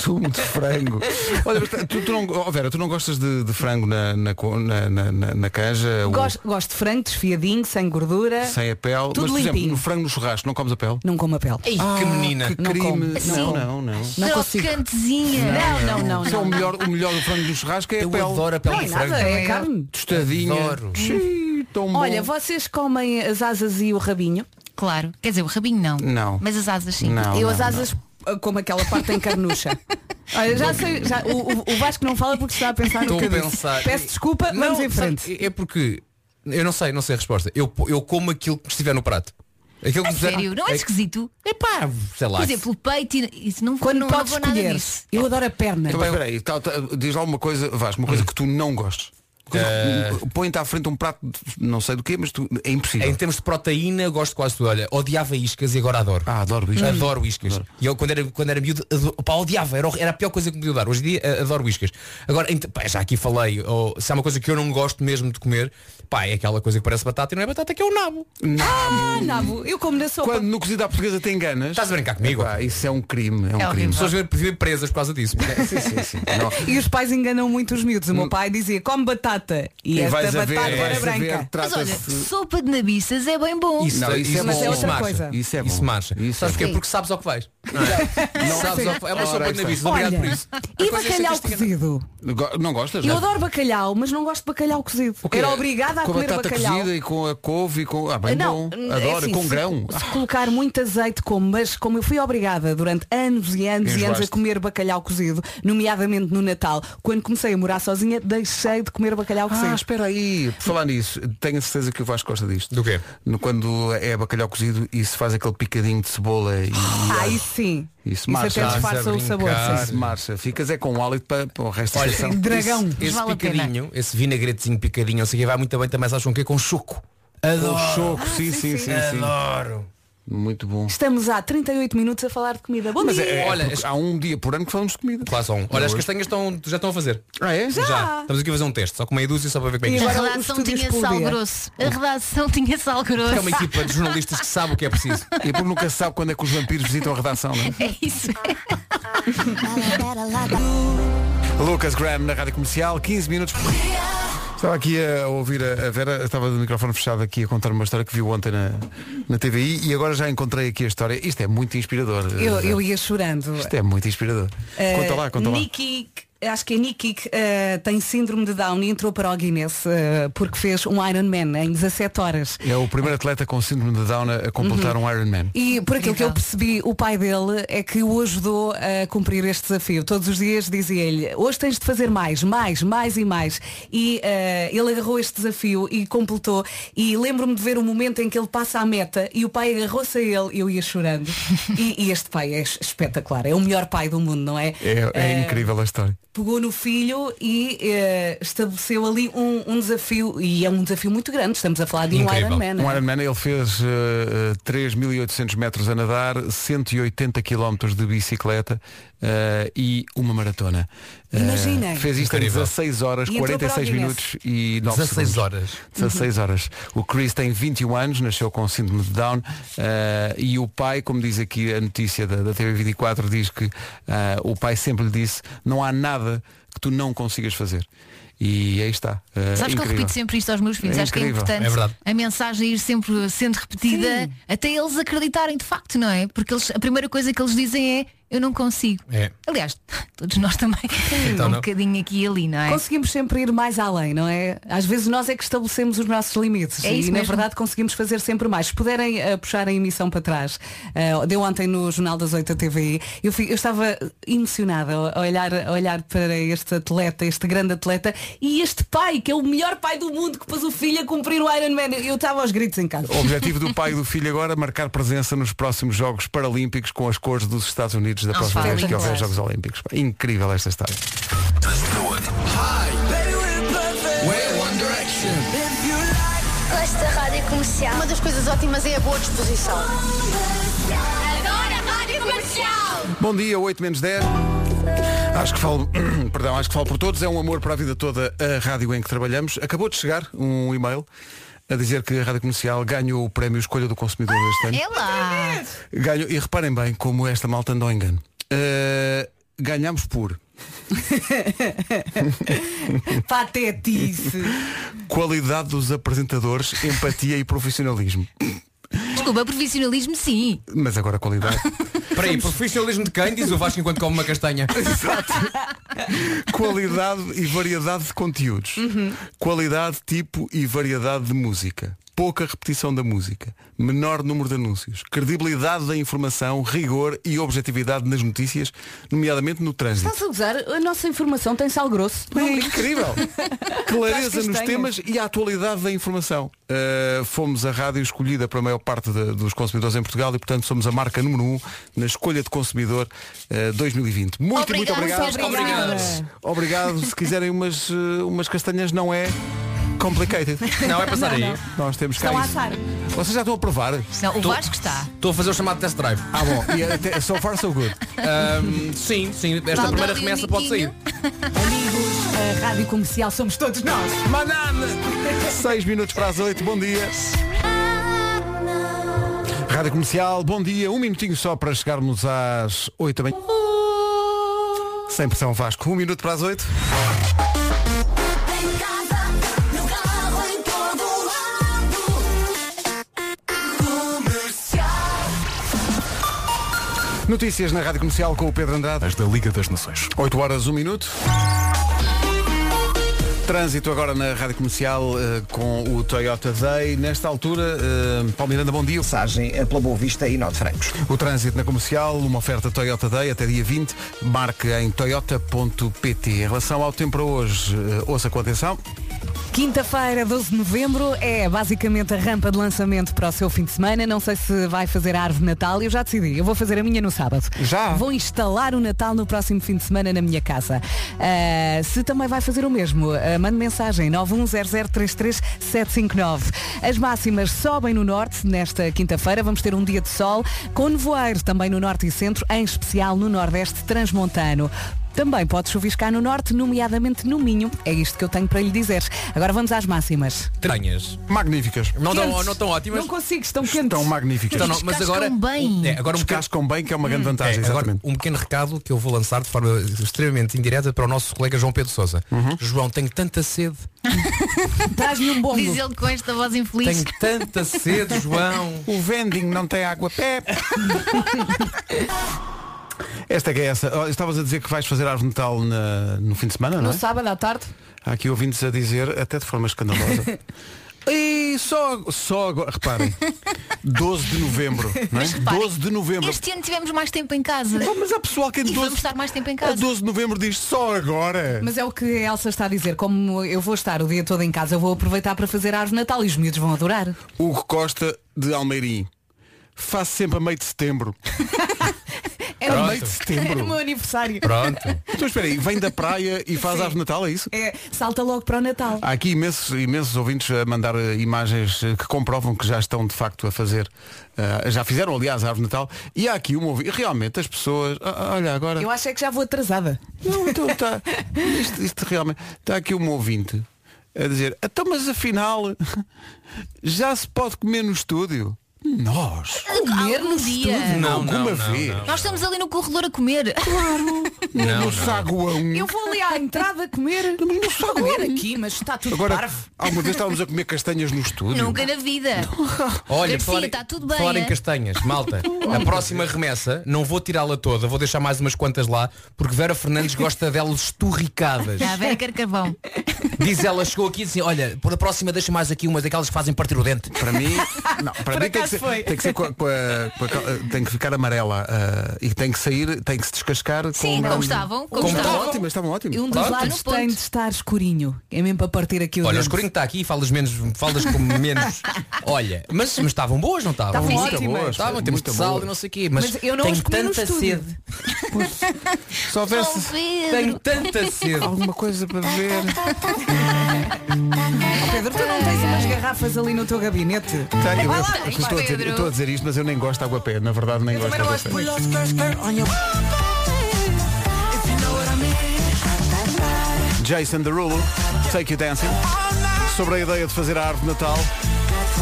S1: sumo de frango. Olha, mas tu, tu não, oh, Vera, tu não gostas de, de frango na, na, co- na- na- na- na canja? O-
S5: Gosto, gosto de frango, desfiadinho, sem gordura.
S1: Sem a pele,
S5: Tudo
S1: mas por exemplo,
S5: limpinho.
S1: no frango no churrasco não comes a pele?
S5: Não como a pele.
S1: Ei, que menina. que
S5: não
S1: crime.
S5: como.
S1: Não, não, não.
S5: Não consigo.
S6: Crocantezinha.
S5: Não, não, não,
S1: Isso é
S5: não.
S1: o melhor, o melhor do frango do churrasco é a
S5: Eu
S1: pele.
S5: adoro a pele Não do é frango. nada, é carne.
S1: Tostadinha. então,
S5: Adoro.
S1: Xiii, tão bom.
S5: Olha, vocês comem as asas e o rabinho?
S6: Claro. Quer dizer, o rabinho não.
S1: Não.
S6: Mas as asas sim.
S1: Não,
S5: eu
S1: não,
S5: as asas ah, como aquela parte em carnucha. Olha, já sei, já, o, o- o Vasco não fala porque está a pensar no
S3: Estou
S5: que
S3: a
S5: eu disse.
S3: pensar.
S5: Peço desculpa,
S3: Não,
S5: vamos em frente.
S3: sabe, é porque eu não sei, não sei a resposta. Eu, eu como aquilo que estiver no prato. Aquilo que
S6: A
S3: fizer-
S6: sério, não é esquisito? É pá,
S3: Sei lá.
S6: Por exemplo, o peito, e- isso não,
S5: Quando
S6: não, não
S5: podes
S6: vou nada
S5: escolher.
S6: disso.
S5: Eu adoro a perna.
S1: Então, espera aí, tá- tá- diz lá uma coisa, Vasco, uma coisa que tu não gostes. Uma coisa que-
S5: Eh.
S1: Põe-te à frente um prato de não sei do quê, mas tu, é impossível.
S3: Em
S5: Então-
S3: termos de proteína, eu gosto quase de tudo. Olha, odiava iscas e agora adoro.
S1: Ah, adoro
S5: Hum.
S1: iscas.
S3: Adoro iscas. E eu, quando era, quando era miúdo, ado- pá, odiava. Era, hor- era a pior coisa que me podia dar. Hoje em dia, a- adoro iscas. Agora, ent- pá, já aqui falei, ou, se há uma coisa que eu não gosto mesmo de comer, pá, é aquela coisa que parece batata e não é batata, que é o nabo.
S5: Ah, nabo, eu como na sopa.
S1: Quando no cozido à portuguesa tem ganas. Estás
S3: a brincar comigo?
S1: isso é um crime. É um
S5: É horrível.
S1: crime.
S5: Pessoas
S3: devem viver presas por causa disso.
S1: sim, sim,
S5: <laughs>
S1: sim. Não.
S5: E os pais enganam muito os miúdos. O meu pai dizia, come batata. E,
S1: E
S5: esta
S1: vais a
S5: batata
S1: ver,
S5: era
S1: vais a ver,
S5: branca.
S1: trata-
S6: Mas olha,
S5: <laughs>
S1: Trata-se-
S6: sopa de nabiças é bem bom.
S1: Isso, Não, isso é bom. Isso marcha. Isso é bom.
S3: Isso marcha.
S1: Isso
S3: Sabes
S1: é
S3: porquê?
S1: bom.
S3: Porque sabes ao que vais. Não é? sabes ao que É uma
S1: Ora, então.
S3: sopa
S1: aí
S3: de navios.
S1: está.
S3: Obrigado por isso.
S5: E
S3: é
S5: bacalhau cozido.
S1: Go- Não gostas?
S5: Eu
S1: não?
S5: adoro bacalhau, mas não gosto de bacalhau cozido.
S1: O quê?
S5: Era obrigada a
S1: com a
S5: comer
S1: batata
S5: bacalhau.
S1: cozida e com a couve e com. Ah, bem
S5: não,
S1: bom.
S5: é
S1: Adoro,
S5: assim,
S1: com
S5: se-
S1: grão.
S5: Se, colocar muito azeite como, mas como eu fui obrigada durante anos e anos e anos a
S1: Enjoaste.
S5: comer bacalhau cozido, nomeadamente no Natal, quando comecei a morar sozinha, deixei de comer bacalhau cozido.
S1: Ah, espera aí, por falar nisso, tenho a certeza que o Vasco gosta disto. Do
S3: quê?
S1: No, quando é bacalhau cozido e se faz aquele picadinho de cebola e.
S5: Ah, isso sim.
S1: Isso é
S5: Isso
S1: marcha.
S5: até disfarça o sabor. sim.
S1: Isso marcha. Ficas é com o hálito para, para o resto da
S3: Olha,
S1: sessão.
S5: dragão.
S3: Esse
S5: Vale a pena.
S3: picadinho, esse vinagretezinho picadinho, não sei o que vai muito bem também, sabes com o quê? Com choco. Adoro.
S1: Com
S5: Ah,
S1: choco, sim, sim, sim, sim.
S3: Adoro.
S1: Muito bom.
S5: Estamos há 38 minutos a falar de comida. Bom
S1: Mas
S5: dia.
S1: é, é
S3: Olha,
S1: porque
S3: as-
S1: há um dia por ano que falamos de comida.
S3: Claro, só um. Olha, as castanhas estão, já estão a fazer.
S1: Ah, é?
S3: Já. Estamos aqui a fazer um teste, só com meia dúzia, só para ver como é
S5: E
S3: que
S6: A
S3: é.
S5: agora-
S6: redação
S5: os estúdios
S6: tinha
S5: por
S6: sal
S5: dia.
S6: grosso. A redação tinha sal grosso.
S3: É uma equipa de jornalistas que sabe o que é
S1: <laughs>
S3: preciso.
S1: E porque nunca se sabe quando é que os vampiros visitam a redação, não é?
S6: <laughs> É isso.
S1: Lucas Graham na Rádio Comercial, 15 minutos. Estava aqui a ouvir a a Vera, estava do microfone fechado aqui a contar uma história que viu ontem na, na TVI e agora já encontrei aqui a história. Isto é muito inspirador.
S5: Eu,
S1: Vera.
S5: eu ia chorando.
S1: Isto é muito inspirador.
S5: Eh,
S1: conta lá, conta lá.
S5: Nikki, acho que é Nikki que eh, tem síndrome de Down e entrou para o Guinness eh, porque fez um Ironman em 17 horas.
S1: É o primeiro atleta com síndrome de Down a, a completar
S5: Uhum.
S1: um Ironman.
S5: E por aquilo que eu percebi, o pai dele é que o ajudou a cumprir este desafio. Todos os dias dizia-lhe, hoje tens de fazer mais, mais, mais e mais. E eh, ele agarrou este desafio e completou. E lembro-me de ver o momento em que ele passa a meta e o pai agarrou-se a ele e eu ia chorando. e, e este pai é espetacular. É o melhor pai do mundo, não é?
S1: É, é
S5: Eh,
S1: incrível a história.
S5: pegou no filho e eh, estabeleceu ali um, um desafio e é um desafio muito grande estamos a falar de um Iron Man
S1: Um Ironman, ele fez eh, eh, 3.800 metros a nadar, 180 km de bicicleta eh, e uma maratona. Eh,
S5: Imaginem.
S1: fez isto
S3: Incrível.
S1: em 16 horas,
S5: E entrou para o
S1: 46
S5: Guinness.
S1: minutos e 9
S3: 16
S1: segundos.
S3: horas.
S1: 16 horas. O Chris tem 21 anos, nasceu com síndrome de Down eh, e o pai, como diz aqui a notícia da, da TV24, diz que ah, o pai sempre lhe disse não há nada que tu não consigas fazer. E aí está. Eh,
S6: Sabes que eu
S1: incrível.
S6: repito sempre isto aos meus filhos,
S1: É
S6: acho que é
S1: incrível.
S6: importante
S1: É verdade.
S6: a mensagem ir sempre sendo repetida até eles acreditarem de facto, não é? Porque eles, a primeira coisa que eles dizem é eu não consigo.
S3: É.
S6: Aliás, <laughs> todos nós também.
S3: Então
S6: um
S3: não.
S6: bocadinho aqui e ali, não é?
S5: conseguimos sempre ir mais além não é às vezes nós é que estabelecemos os nossos limites
S6: É isso
S5: e na
S6: mesmo.
S5: verdade conseguimos fazer sempre mais se puderem eh, puxar a emissão para trás eh, deu ontem no Jornal das Oito da TVI eu, fi- eu estava emocionada a olhar, a olhar para este atleta este grande atleta e este pai que é o melhor pai do mundo que pôs o filho a cumprir o Iron Man eu estava aos gritos em <laughs> casa
S1: O objetivo do pai e do filho agora é marcar presença nos próximos Jogos Paralímpicos com as cores dos Estados Unidos da
S6: Não
S1: próxima
S6: falem
S1: vez que houver
S6: inglês.
S1: Jogos Olímpicos. Pá, Incrível esta história.
S9: Gosto da rádio comercial.
S2: Uma das coisas ótimas é a boa disposição. Agora, Rádio Comercial.
S1: Bom dia, 8 menos 10. Acho que falo, <clears throat> perdão, acho que falo por todos. É um amor para a vida toda a rádio em que trabalhamos. Acabou de chegar um e-mail a dizer que a Rádio Comercial ganhou o prémio Escolha do Consumidor deste ano.
S6: É lá.
S1: Ganho, e reparem bem como esta malta andou em engano. Uh, ganhamos por
S5: Patetice.
S1: qualidade dos apresentadores, empatia e profissionalismo.
S6: Desculpa, profissionalismo sim.
S1: Mas agora qualidade. <laughs>
S3: Peraí, profissionalismo de quem? Diz o Vasco enquanto come uma castanha.
S1: qualidade e variedade de conteúdos. Qualidade, tipo e variedade de música. Pouca repetição da música. Menor número de anúncios. Credibilidade da informação, rigor e objetividade nas notícias, nomeadamente no trânsito.
S5: Estás a usar? A nossa informação tem sal grosso. Não brinques.
S1: incrível.
S5: Faz
S1: <laughs> Clareza nos
S5: castanhas.
S1: temas e a atualidade da informação. Uh, fomos a rádio escolhida para a maior parte de- dos consumidores em Portugal e, portanto, somos a marca número um na escolha de consumidor uh, 2020. Muito, muito
S2: Obrigada,
S1: obrigado.
S2: obrigada.
S1: Obrigado. Se quiserem umas, uh, umas castanhas, não é complicated.
S3: Não, é passar Não, aí. não.
S1: Nós temos cá
S6: Estão a
S1: isso.
S6: assar.
S1: Vocês já estão a provar?
S6: Não, o
S1: Tô-
S6: Vasco está.
S3: Estou a fazer o chamado test drive.
S1: Ah, bom. E até, so far, so good.
S3: Ahm, sim, sim. Esta
S6: Valdo
S3: primeira
S6: ali um o
S3: remessa pode sair.
S6: niquinho.
S5: A Rádio Comercial somos todos nós.
S1: Manane! 6 minutos para as 8, bom dia. Rádio Comercial, bom dia. Um minutinho só para chegarmos às 8 da manhã. Sem pressão, Vasco. Um minuto para as 8.
S2: Em casa, no carro, em todo lado. Comercial.
S1: Notícias na Rádio Comercial com o Pedro Andrade.
S12: As da Liga das Nações.
S1: 8 horas, 1 minuto. Trânsito agora na Rádio Comercial eh, com o Toyota Day. Nesta altura, eh, Paulo Miranda, bom dia.
S11: Passagem eh, pela Boa Vista e Nó de Francos.
S1: O trânsito na comercial, uma oferta Toyota Day até dia 20, marque em toyota.pt. Em relação ao tempo para hoje, eh, ouça com atenção.
S5: Quinta-feira, 12 de novembro, é basicamente a rampa de lançamento para o seu fim de semana. Não sei se vai fazer a árvore de Natal, eu já decidi. Eu vou fazer a minha no sábado.
S1: Já?
S5: Vou instalar o Natal no próximo fim de semana na minha casa. Ah, se também vai fazer o mesmo, ah, mande mensagem 910033759. As máximas sobem no norte nesta quinta-feira. Vamos ter um dia de sol com nevoeiro também no norte e centro, em especial no nordeste transmontano. Também pode chuviscar no norte, nomeadamente no Minho. É isto que eu tenho para lhe dizer. Agora vamos às máximas.
S3: Tranhas.
S1: Magníficas.
S3: Não
S5: Quentes.
S3: tão, não tão ótimas.
S5: Não consigo, estão quentes.
S1: Estão magníficas.
S3: Então, não, mas agora,
S6: bem.
S3: É, agora um pequeno,
S1: Descascam bem, que é uma grande vantagem,
S3: é, agora
S1: exatamente.
S3: um pequeno recado que eu vou lançar de forma extremamente indireta para o nosso colega João Pedro Sousa.
S1: Uhum.
S3: João, tenho tanta sede.
S5: Traz-me um bombo.
S6: Diz ele com esta voz infeliz.
S3: Tenho tanta sede,
S1: <laughs>
S3: João.
S1: O vending não tem água
S3: <laughs>
S1: pé. Esta que é essa. Oh, Estavas a dizer que vais fazer árvore de Natal na- no fim de semana, não
S5: No
S1: é?
S5: sábado à tarde.
S1: Há aqui ouvintes a dizer, até de forma escandalosa. <laughs> E só, só agora, reparem, 12 de novembro, não é?
S6: Mas reparem,
S1: 12 de novembro.
S6: Este ano tivemos mais tempo em casa.
S1: Oh, mas há pessoal que é
S6: E
S1: 12,
S6: vamos estar mais tempo em
S1: a
S6: casa.
S1: 12 de novembro diz só agora.
S5: Mas é o que a Elsa está a dizer. Como eu vou estar o dia todo em casa, eu vou aproveitar para fazer árvore de Natal e os miúdos vão adorar.
S1: Hugo Costa de Almeirim. Faço sempre a meio de setembro.
S5: Era
S1: A
S5: o-
S1: meio de
S5: <laughs>
S6: <laughs> É
S5: era o É meu
S1: setembro.
S5: aniversário.
S3: Pronto.
S1: Então espera aí, vem da praia e faz árvore de Natal, é isso?
S5: É, salta logo para o Natal.
S1: Há aqui imensos, imensos ouvintes a mandar eh, imagens eh, que comprovam que já estão de facto a fazer, eh, já fizeram aliás a árvore de Natal, e há aqui um ouvinte, realmente as pessoas, ah, ah, olha agora,
S5: Eu acho é que já vou atrasada.
S1: Não, então
S5: <laughs>
S1: está. Isto, isto realmente. Está aqui um ouvinte a dizer, então mas afinal já se pode comer no estúdio? Nós?
S5: Comer
S6: Algum
S5: no
S6: dia.
S5: estúdio.
S3: Não,
S1: Alguma
S3: não, não,
S1: vez?
S3: não.
S6: Nós estamos ali no corredor a comer.
S1: No
S3: não.
S1: saguão.
S5: Eu vou ali à entrada comer.
S3: <laughs>
S1: Mas não sabe
S5: Comer
S1: onde.
S5: aqui, mas está tudo
S1: Agora,
S5: parvo.
S1: alguma vez estávamos a comer castanhas no estúdio.
S6: Nunca na vida.
S3: Olha,
S6: Garcia,
S3: falar, em-
S6: está tudo bem,
S3: falar em
S6: é?
S3: castanhas, malta. A próxima remessa, não vou tirá-la toda, vou deixar mais umas quantas lá, porque Vera Fernandes gosta delas esturricadas.
S6: Já, vem carvão.
S3: Diz ela, chegou aqui e disse, assim, olha, por a próxima deixa mais aqui umas daquelas que fazem partir o dente.
S1: Para mim, não, para
S5: Por
S1: mim tem que
S5: acaso
S1: ser,
S5: foi.
S1: tem que ser com a- com a- com a cal- eh, tem que ficar amarela ah, e tem que sair, tem que se descascar com
S6: Sim,
S1: grande-
S6: como estavam, como
S1: Como estavam
S6: estavam.
S1: ótimas, estavam ótimas.
S5: E um dos
S3: Pronto.
S5: lados
S6: No ponto.
S5: tem de estar escurinho. É mesmo para partir aqui o
S3: Olha, o
S5: dente.
S3: escurinho está aqui, falas menos, falas como menos. Olha, mas, mas estavam boas, não estavam?
S5: Estavam
S3: Muito
S5: ótimas.
S3: boas, Estavam, temos
S1: Muito
S3: de sal
S1: boas.
S3: e não sei o quê, mas,
S5: Mas eu não
S3: tenho
S5: as comi no
S3: tanta
S5: estúdio.
S3: sede.
S1: Se houvesse
S6: Oh, Pedro.
S3: Tenho tanta sede.
S5: Tá,
S1: alguma coisa para ver.
S5: Pedro, tu não tens umas garrafas ali no teu gabinete?
S1: Tenho, eu,
S5: tá. Vai lá,
S1: eu estou, a dizer, eu
S5: Pedro.
S1: estou a dizer isto, mas eu nem gosto de água pé. Na verdade, nem gosto de água pé. Jason Derulo, Take You Dancing, sobre a ideia de fazer a árvore de Natal.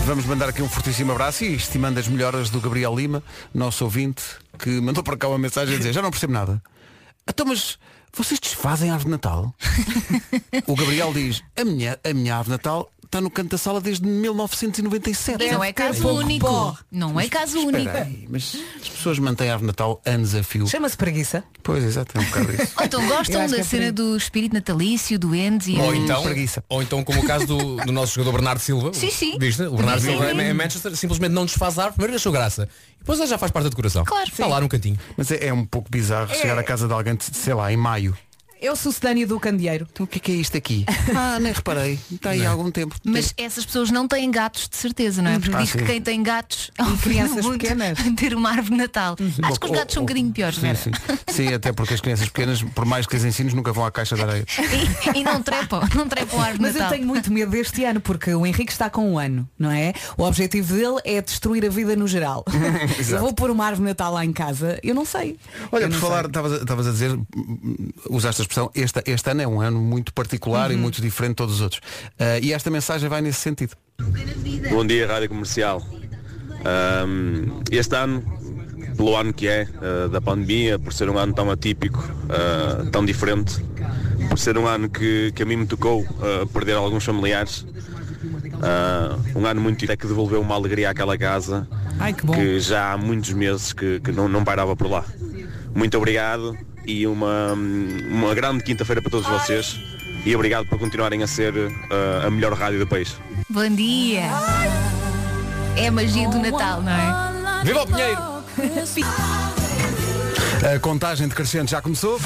S1: Vamos mandar aqui um fortíssimo abraço e estimando as melhoras do Gabriel Lima, nosso ouvinte, que mandou para cá uma mensagem a dizer, já não percebo nada. Então, mas vocês desfazem a árvore de Natal? o Gabriel diz, a minha, a minha árvore de Natal está no canto da sala desde 1997.
S6: E não é
S1: Deve ter
S6: caso
S1: pouco
S6: único.
S1: pó.
S6: Não é caso único.
S1: Espera aí, mas as pessoas mantêm a árvore de Natal anos a fio.
S5: Chama-se preguiça.
S1: Pois, exato, é um bocado
S6: <laughs>
S1: isso.
S6: Ou então
S5: Eu
S6: gostam
S5: acho que
S6: da
S5: é
S6: cena do espírito natalício, do Andy.
S3: Ou então, ou então como o caso do, do nosso jogador Bernardo Silva.
S6: Sim, sim.
S3: Viste? O Bernardo
S6: Sim,
S3: Silva
S6: sim.
S3: em Manchester simplesmente não desfaz a árvore, primeiro achou graça. E depois ela já faz parte da decoração.
S5: Claro,
S3: Está
S5: sim.
S3: lá num cantinho.
S1: Mas é, é um pouco bizarro
S5: É.
S1: chegar à casa de alguém, sei lá, em maio.
S5: Eu sou Sedânia do Candeeiro.
S1: Então o que é que é isto aqui?
S6: <laughs>
S1: Ah, nem reparei. Está aí há algum tempo.
S6: Mas essas pessoas não têm gatos, de certeza,
S5: Uhum.
S6: não é? Porque
S1: Ah,
S6: diz que
S1: sim.
S6: quem tem gatos é um
S5: crianças
S6: mundo,
S5: pequenas.
S6: <laughs>
S5: Uhum. oh,
S6: ter uma árvore de Natal. Acho que os gatos são um bocadinho piores,
S1: Sim,
S6: Vera.
S1: oh, sim. Sim, até porque as crianças pequenas, por mais que as ensines, nunca vão à caixa de areia.
S6: E, e não trepam, não trepam a árvore de
S5: Mas eu
S6: Natal.
S5: tenho muito medo deste ano, porque o Henrique está com um ano, não é? O objetivo dele é destruir a vida no geral. eu
S1: Exato.
S5: vou pôr uma árvore de Natal lá em casa, eu não sei.
S1: Olha,
S5: Eu
S1: por
S5: não
S1: falar, estavas a- estavas a dizer, hum, usaste a expressão, este, este ano é um ano muito particular
S6: Uhum.
S1: e muito diferente de todos os outros. Ah, e esta mensagem vai nesse sentido.
S12: Bom dia, Rádio Comercial. Ahm, este ano, pelo ano que é, ah, da pandemia, por ser um ano tão atípico, ah, tão diferente, por ser um ano que, que a mim me tocou ah, perder alguns familiares, ah, um ano muito até que devolveu uma alegria àquela casa
S5: Ai, que
S12: já há muitos meses que, que não, não pairava por lá. Muito obrigado e uma, uma grande quinta-feira para todos vocês e obrigado por continuarem a ser ah, a melhor rádio do país.
S6: Bom dia. É a magia do Natal, não é?
S3: Viva o Pinheiro!
S1: A contagem decrescente já começou.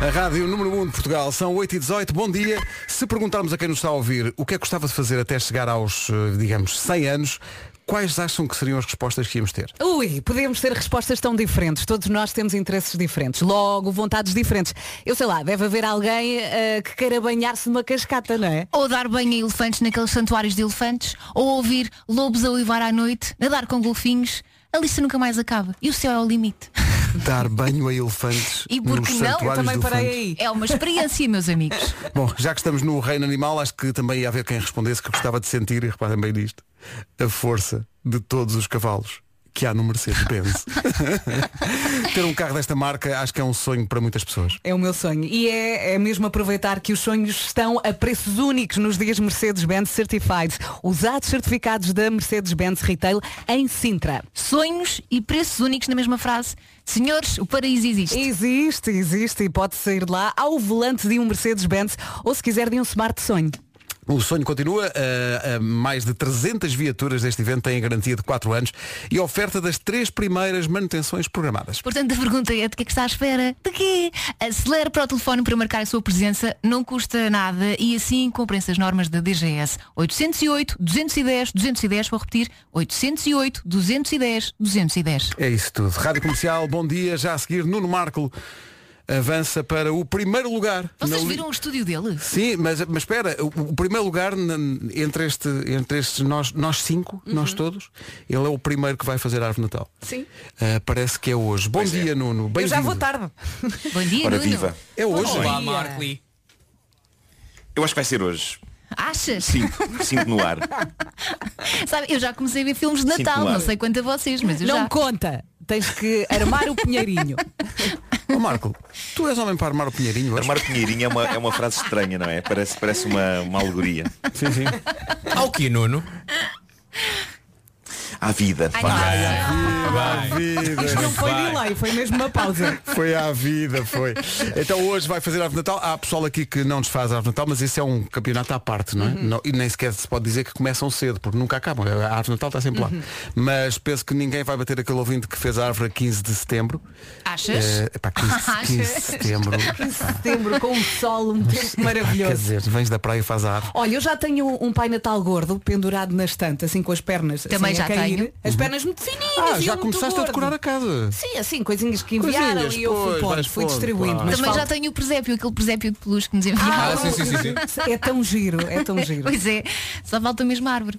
S1: A Rádio Número 1 de Portugal, são 8 e 18 bom dia. Se perguntarmos a quem nos está a ouvir o que é que gostava de fazer até chegar aos, eh, digamos, 100 anos, quais acham que seriam as respostas que íamos ter?
S5: sei. Ui, podemos ter respostas tão diferentes. Todos nós temos interesses diferentes, logo vontades diferentes. Eu sei lá, deve haver alguém eh, que queira banhar-se numa cascata, não é?
S6: Ou dar banho a elefantes naqueles santuários de elefantes, ou ouvir lobos a uivar à noite, nadar com golfinhos. A lista nunca mais acaba. E o céu é o limite.
S1: Dar banho a elefantes
S6: E
S1: nos
S6: porque não,
S1: santuários de elefantes.
S6: É uma experiência, meus amigos.
S1: Bom, já que estamos no reino animal, acho que também ia haver quem respondesse que gostava de sentir, e reparem bem nisto, a força de todos os cavalos que há no Mercedes-Benz. <laughs> Ter um carro desta marca acho que é um sonho para muitas pessoas.
S5: É o meu sonho. E é, é mesmo aproveitar que os sonhos estão a preços únicos nos dias Mercedes-Benz Certified. Usados certificados da Mercedes-Benz Retail em Sintra.
S6: Sonhos e preços únicos na mesma frase. Senhores, o paraíso existe.
S5: Existe, existe e pode sair de lá ao volante de um Mercedes-Benz ou se quiser de um smart sonho.
S1: O sonho continua, ah, ah, mais de 300 viaturas deste evento têm garantia de 4 anos e oferta das três primeiras manutenções programadas.
S6: Portanto, a pergunta é de que é que está à espera? De quê? Acelere para o telefone para marcar a sua presença, não custa nada e assim cumprem-se as normas da DGS. 808 210 210, vou repetir, 808 210 210.
S1: É isso tudo. Rádio Comercial, bom dia. Já a seguir, Nuno Marco avança para o primeiro lugar.
S6: Vocês
S1: na li-
S6: viram o estúdio dele?
S1: Sim, mas, mas espera, o, o primeiro lugar na- entre, este, entre estes nós, nós cinco, nós todos, ele é o primeiro que vai fazer a árvore de Natal.
S5: Uhum. Sim.
S1: Ah, parece que é hoje. Bom dia, Nuno. Bem
S5: Eu já vou tarde.
S6: Bom dia,
S10: Ora,
S6: Nuno.
S10: viva.
S1: É hoje.
S10: Olá, Eu acho que vai ser hoje.
S6: Achas?
S10: Sinto, sinto no ar.
S6: Sabe, eu já comecei a ver filmes de
S10: Sinto
S6: Natal,
S10: mal.
S6: não sei quanto a vocês, mas eu
S5: não
S6: já.
S5: me conta. Tens que armar o pinheirinho.
S1: Ó Marco, tu és homem para armar o Pinheirinho hoje?
S10: Armar o Pinheirinho é uma, é uma frase estranha, não é? Parece, parece uma, uma alegoria.
S1: Sim, sim.
S3: Ao que, Nuno?
S10: À vida.
S3: Ai,
S1: À vida.
S5: Isto não foi delay, foi mesmo uma pausa.
S1: Foi à vida, foi. Então hoje vai fazer a árvore de Natal. Há pessoal aqui que não desfaz a árvore de Natal, mas isso é um campeonato à parte, não é? Não- e nem sequer se pode dizer que começam cedo, porque nunca acabam. A árvore de Natal está sempre lá. Mas penso que ninguém vai bater aquele ouvinte que fez a árvore a 15 de setembro.
S6: Achas?
S1: Eh, epá, 15, 15 de
S6: Achas?
S1: setembro.
S5: 15 de setembro com um sol, um tempo
S1: Quer
S5: maravilhoso.
S1: dizer, vens da praia e faz a árvore.
S5: Olha, eu já tenho um Pai Natal gordo pendurado na estante, assim com as pernas.
S6: Também
S5: assim, a
S6: já
S5: cair.
S6: tenho.
S5: As pernas muito fininhas.
S1: Ah,
S5: e
S1: já
S5: ele é muito
S1: começaste a
S5: gordo.
S1: decorar preparar a casa.
S5: Sim, assim, coisinhas que enviaram
S1: Coisinhas,
S5: e eu fui,
S1: pois,
S5: pondo,
S1: vais
S5: fui
S1: pondo,
S5: distribuindo.
S1: claro.
S5: mas
S6: Também
S5: falta-
S6: já tenho o presépio, aquele presépio de peluche que nos enviaram.
S5: Ah, sim, sim, sim, sim. É tão giro, é tão giro.
S6: <laughs> Pois é, só falta mesmo a árvore.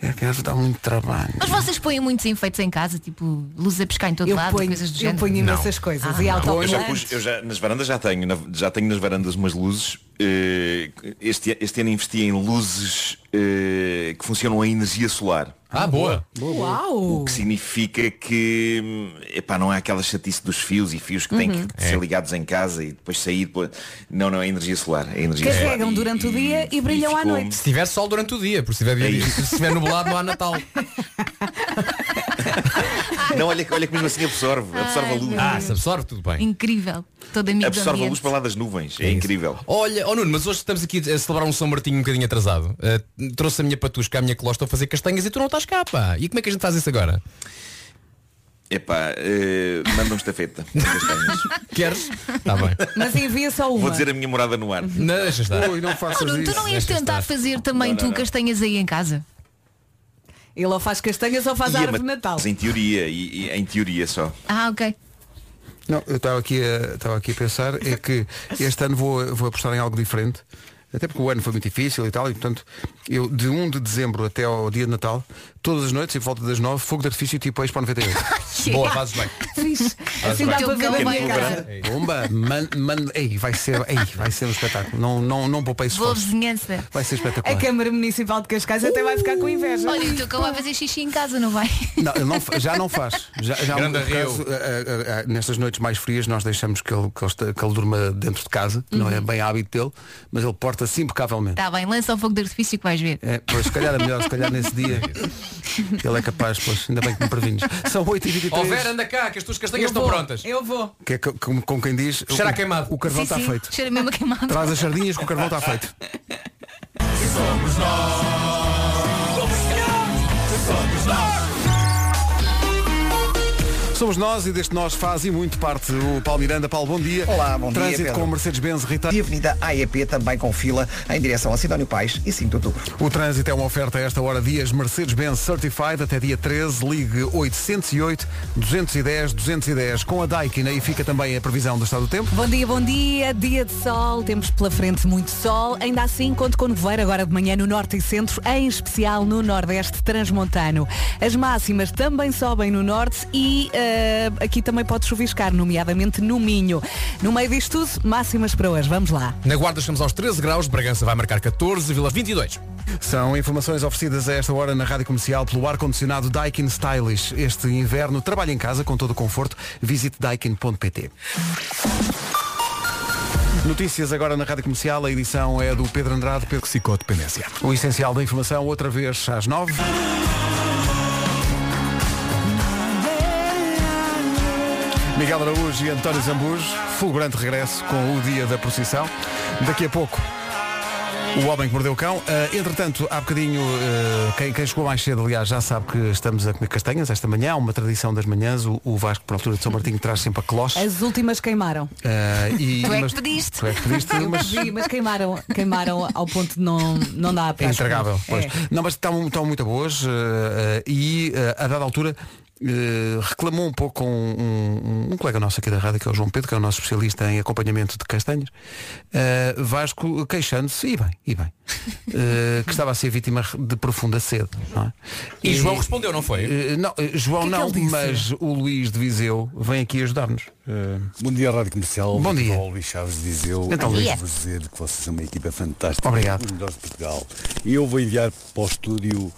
S1: É que às vezes dá muito trabalho.
S6: Mas vocês põem muitos enfeites em casa, tipo luz a pescar em todo
S5: Eu
S6: lado,
S5: ponho-
S6: coisas do
S5: eu
S6: género. Ah,
S5: ponho imensas coisas. E
S10: Não, eu já
S5: autocolantes.
S10: pus- eu já- nas varandas já tenho, na- já tenho nas varandas umas luzes. eh, este, este ano investi em luzes eh, que funcionam a energia solar.
S3: Ah, boa.
S10: O
S5: Uh.
S10: que significa que hum, epá, não há aquela chatice dos fios e fios que têm
S5: Uhum.
S10: que ser ligados em casa e depois sair. depois- Não, não, é energia solar. É energia solar.
S5: Carregam durante o dia e brilham à noite.
S3: Se tiver sol durante o dia, porque se tiver, dia- se tiver nublado não há <laughs> Natal.
S10: Não, olha, que- olha que mesmo assim absorve. Absorve a
S6: Ai,
S10: luz.
S6: meu Deus.
S3: Ah, absorve tudo bem.
S6: Incrível. Todo amigo do
S10: Absorve a luz
S6: ambiente.
S10: para lá das nuvens. É, incrível.
S3: Olha, oh Nuno, mas hoje estamos aqui a celebrar um São Martinho um bocadinho atrasado. Uh, trouxe a minha patusca, a minha colosta a fazer castanhas e tu não estás cá, pá. E como é que a gente faz isso agora?
S10: Epá, eh, manda um estafeta.
S5: <laughs>
S3: Queres? Está Tá bem.
S5: Mas envia só uma.
S10: Vou dizer a minha morada no ar.
S3: Não, deixa estar.
S1: Ui, não faças
S6: Nuno, Ah, tu não ias tentar fazer também
S10: Não, não,
S6: tu
S10: não.
S6: castanhas aí em casa?
S5: Ele ou faz castanhas ou faz
S10: E a
S5: árvore de
S10: mat-
S5: Natal.
S10: Mas em teoria, e, e em teoria só.
S6: Ah, ok.
S1: Não, eu estava aqui, a- estava aqui a pensar é que este ano vou, vou apostar em algo diferente. Até porque o ano foi muito difícil e tal, e portanto, eu de 1 de dezembro até ao dia de Natal, todas as noites, e volta das 9, fogo de artifício tipo Expo um. 98.
S3: Boa, fazes bem.
S5: <laughs> Fixe.
S3: Fazes
S5: Assim dá
S3: bem.
S5: para ver a minha
S10: né?
S5: cara.
S1: É isso. Bomba, man, man- ei, vai ser, ei, vai ser um espetáculo. Não, não, não poupei
S6: Boa
S1: esforço.
S6: vizinhança.
S1: Vai ser
S5: A
S1: espetacular.
S5: Câmara Municipal de Cascais até vai ficar com inveja.
S6: Olha,
S5: <laughs>
S6: então que vai fazer xixi em casa, não vai?
S1: Não, ele não fa- já não faz. Já, já há um
S3: Grande
S1: caso, a- a- a- eh, nestas noites mais frias nós deixamos que ele, que ele, este- que ele durma dentro de casa, que não é bem hábito dele, mas ele porta-se impecavelmente.
S6: Está Tá bem, lança o fogo de artifício que vais ver.
S1: É, pois, se calhar é melhor, se calhar nesse dia ele é capaz, pois, ainda bem que me prevines. São 8h23.
S3: Ó Oh, Vera, anda cá, que as tuas castanhas
S5: Eu
S3: estão
S5: vou,
S3: prontas.
S5: Eu vou.
S1: Que é co- como, com quem diz,
S3: Cheira
S1: o,
S3: a queimado.
S1: o carvão
S6: Sim,
S5: tá
S1: está
S6: sim,
S1: feito.
S6: Cheira mesmo a queimado.
S1: Traz as sardinhas que o carvão está feito. Somos nós e deste nós faz e muito parte o Paulo Miranda. Paulo, bom dia.
S11: Olá, bom dia,
S1: Trânsito
S11: Pedro.
S1: com o Mercedes-Benz Rita.
S11: E a Avenida AEP também com fila em direção a Sidónio Pais e 5 de Outubro.
S1: O trânsito é uma oferta a esta hora. Dias Mercedes-Benz Certified até dia 13. Ligue 808-210-210 com a Daikin. Aí fica também a previsão do estado do tempo.
S5: Bom dia, bom dia. Dia de sol. Temos pela frente muito sol. Ainda assim, conto com nevoeiro agora de manhã no norte e centro, em especial no nordeste transmontano. As máximas também sobem no norte e eh, aqui também pode chuviscar, nomeadamente no Minho. No meio disto tudo, máximas para hoje. Vamos lá.
S3: Na Guarda estamos aos 13 graus, Bragança vai marcar 14, Vila 22.
S1: São informações oferecidas a esta hora na Rádio Comercial pelo ar-condicionado Daikin Stylish. Este inverno, trabalhe em casa com todo o conforto. Visite daikin.pt. Notícias agora na Rádio Comercial. A edição é do Pedro Andrade, Pedro Psicodependência. O essencial da informação, outra vez às nove. Miguel Araújo e António Zambujo, fulgurante regresso com o dia da procissão. Daqui a pouco, o Homem que Mordeu o Cão. Ah, entretanto, há bocadinho, ah, quem, quem chegou mais cedo, aliás, já sabe que estamos a comer castanhas esta manhã. Há uma tradição das manhãs. O, o Vasco, por altura de São Martinho, traz sempre a cloche.
S5: As últimas queimaram.
S1: Ah, e,
S6: Tu é que
S1: mas-
S6: pediste.
S1: Tu é que pediste,
S5: Eu
S1: mas
S5: pedi, mas queimaram, queimaram ao ponto de não, não dar
S1: é
S5: para
S1: intragável.
S5: comer.
S1: Pois. Não, mas estão, estão muito boas eh, eh, e eh, a dada altura eh, reclamou um pouco um, um- um colega nosso aqui da rádio, que é o João Pedro, que é o nosso especialista em acompanhamento de castanhas, eh, Vasco queixando-se, e bem, e <laughs> bem, eh, que estava a ser vítima de profunda sede. Não é?
S3: E, João respondeu, não foi?
S1: eh, não, eh, João
S5: O que é que
S1: não,
S5: ele disse?
S1: mas o Luís de Viseu vem aqui ajudar-nos.
S13: Bom dia, Rádio Comercial.
S1: Bom
S13: Aqui
S1: dia.
S13: fala o Luís Chaves diz eu.
S1: Então,
S13: Eu
S1: Luís.
S13: vou dizer que vocês são uma equipa fantástica.
S1: Obrigado.
S13: Os melhores de Portugal. E eu vou enviar para o estúdio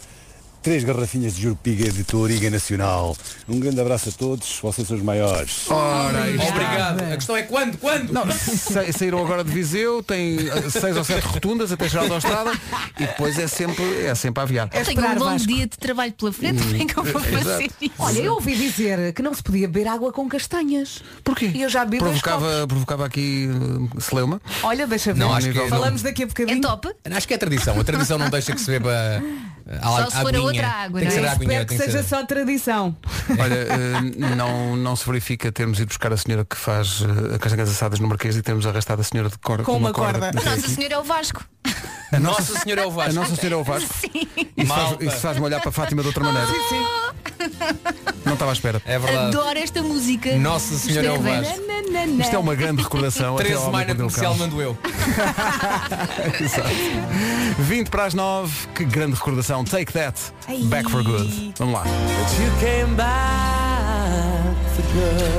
S13: três garrafinhas de Jurupiga de Touriga Nacional. Um grande abraço a todos. Vocês são os maiores.
S14: Oh.
S1: Ora, aí está.
S3: Obrigado. A questão é quando? Quando?
S1: Não, sa- saíram agora de Viseu, tem eh, seis ou sete rotundas até chegar à estrada e depois é sempre, é sempre a aviar.
S6: Eu tenho
S5: esperar,
S6: um longo
S5: Vasco. Hum,
S6: dia de trabalho pela frente, como é que eu
S5: <laughs>
S6: vou fazer isso?
S5: Olha, eu ouvi dizer que não se podia beber água com castanhas.
S1: Porquê?
S5: E eu já bebi dois
S1: provocava, provocava aqui eh, celeuma.
S5: Olha, deixa ver.
S3: Não, acho que-
S5: Falamos daqui a bocadinho.
S6: É top?
S3: Acho que é a tradição. A tradição não deixa que se beba eh, a,
S6: Só se for a
S3: aguinha.
S6: outra água,
S3: Tem que
S6: não
S3: ser
S6: é?
S3: a aguinha,
S5: Espero que
S3: tem que
S5: seja
S3: ser.
S5: só tradição.
S1: Olha, eh, não, não se verifica termos ido buscar a senhora que faz eh, castanhas assadas no Marquês e termos arrastado a senhora de corda
S5: Com uma corda.
S1: <laughs> até
S6: Nossa
S1: aqui.
S6: Senhora é o Vasco.
S1: A nossa,
S3: Nossa Senhora é o
S1: a
S3: Vasco.
S1: nossa senhora é o Vasco. Isso faz-
S3: Malta.
S1: Isso faz-me olhar para a Fátima de outra maneira. Não estava à espera. É
S6: Adoro esta música.
S1: Nossa Senhora, é o
S6: Espero
S1: Vasco.
S6: bem. Na, na, na.
S1: Isto é uma grande recordação.
S3: 13
S1: até ao homem
S3: maio na
S1: que mordeu o
S3: comercial mando
S1: cão.
S3: eu.
S1: Exato. 20 para as 9, que grande recordação. Take that. Back for good. Vamos lá.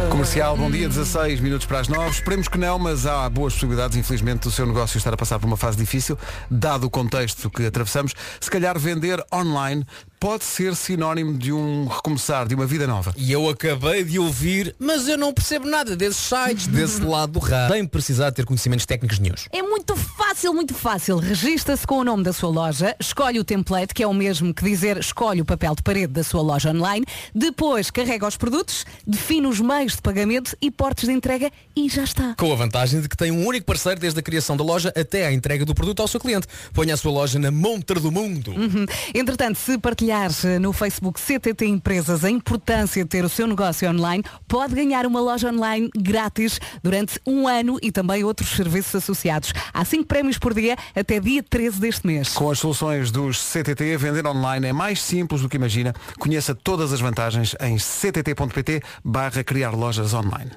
S1: Comercial, bom dia, 16 minutos para as 9. Esperemos que não, mas há boas possibilidades, infelizmente, do seu negócio estar a passar por uma fase difícil, dado o contexto que atravessamos. Se calhar vender online pode ser sinónimo de um recomeçar, de uma vida nova.
S3: E eu acabei de ouvir, mas eu não percebo nada desses sites, desse lado do rato. Sem precisar de ter conhecimentos técnicos nenhums.
S5: É muito fácil, muito fácil. Regista-se com o nome da sua loja, escolhe o template, que é o mesmo que dizer escolhe o papel de parede da sua loja online, depois carrega os produtos, define os meios de pagamento e portes de entrega e já está.
S3: Com a vantagem de que tem um único parceiro desde a criação da loja até à entrega do produto ao seu cliente. Ponha a sua loja na montra do mundo.
S5: Uhum. Entretanto, se partilhar eh, no Facebook CTT Empresas a importância de ter o seu negócio online, pode ganhar uma loja online grátis durante um ano e também outros serviços associados. Há cinco prémios por dia até dia 13 deste mês.
S1: Com as soluções dos CTT, vender online é mais simples do que imagina. Conheça todas as vantagens em ctt.pt barra criar lojas online.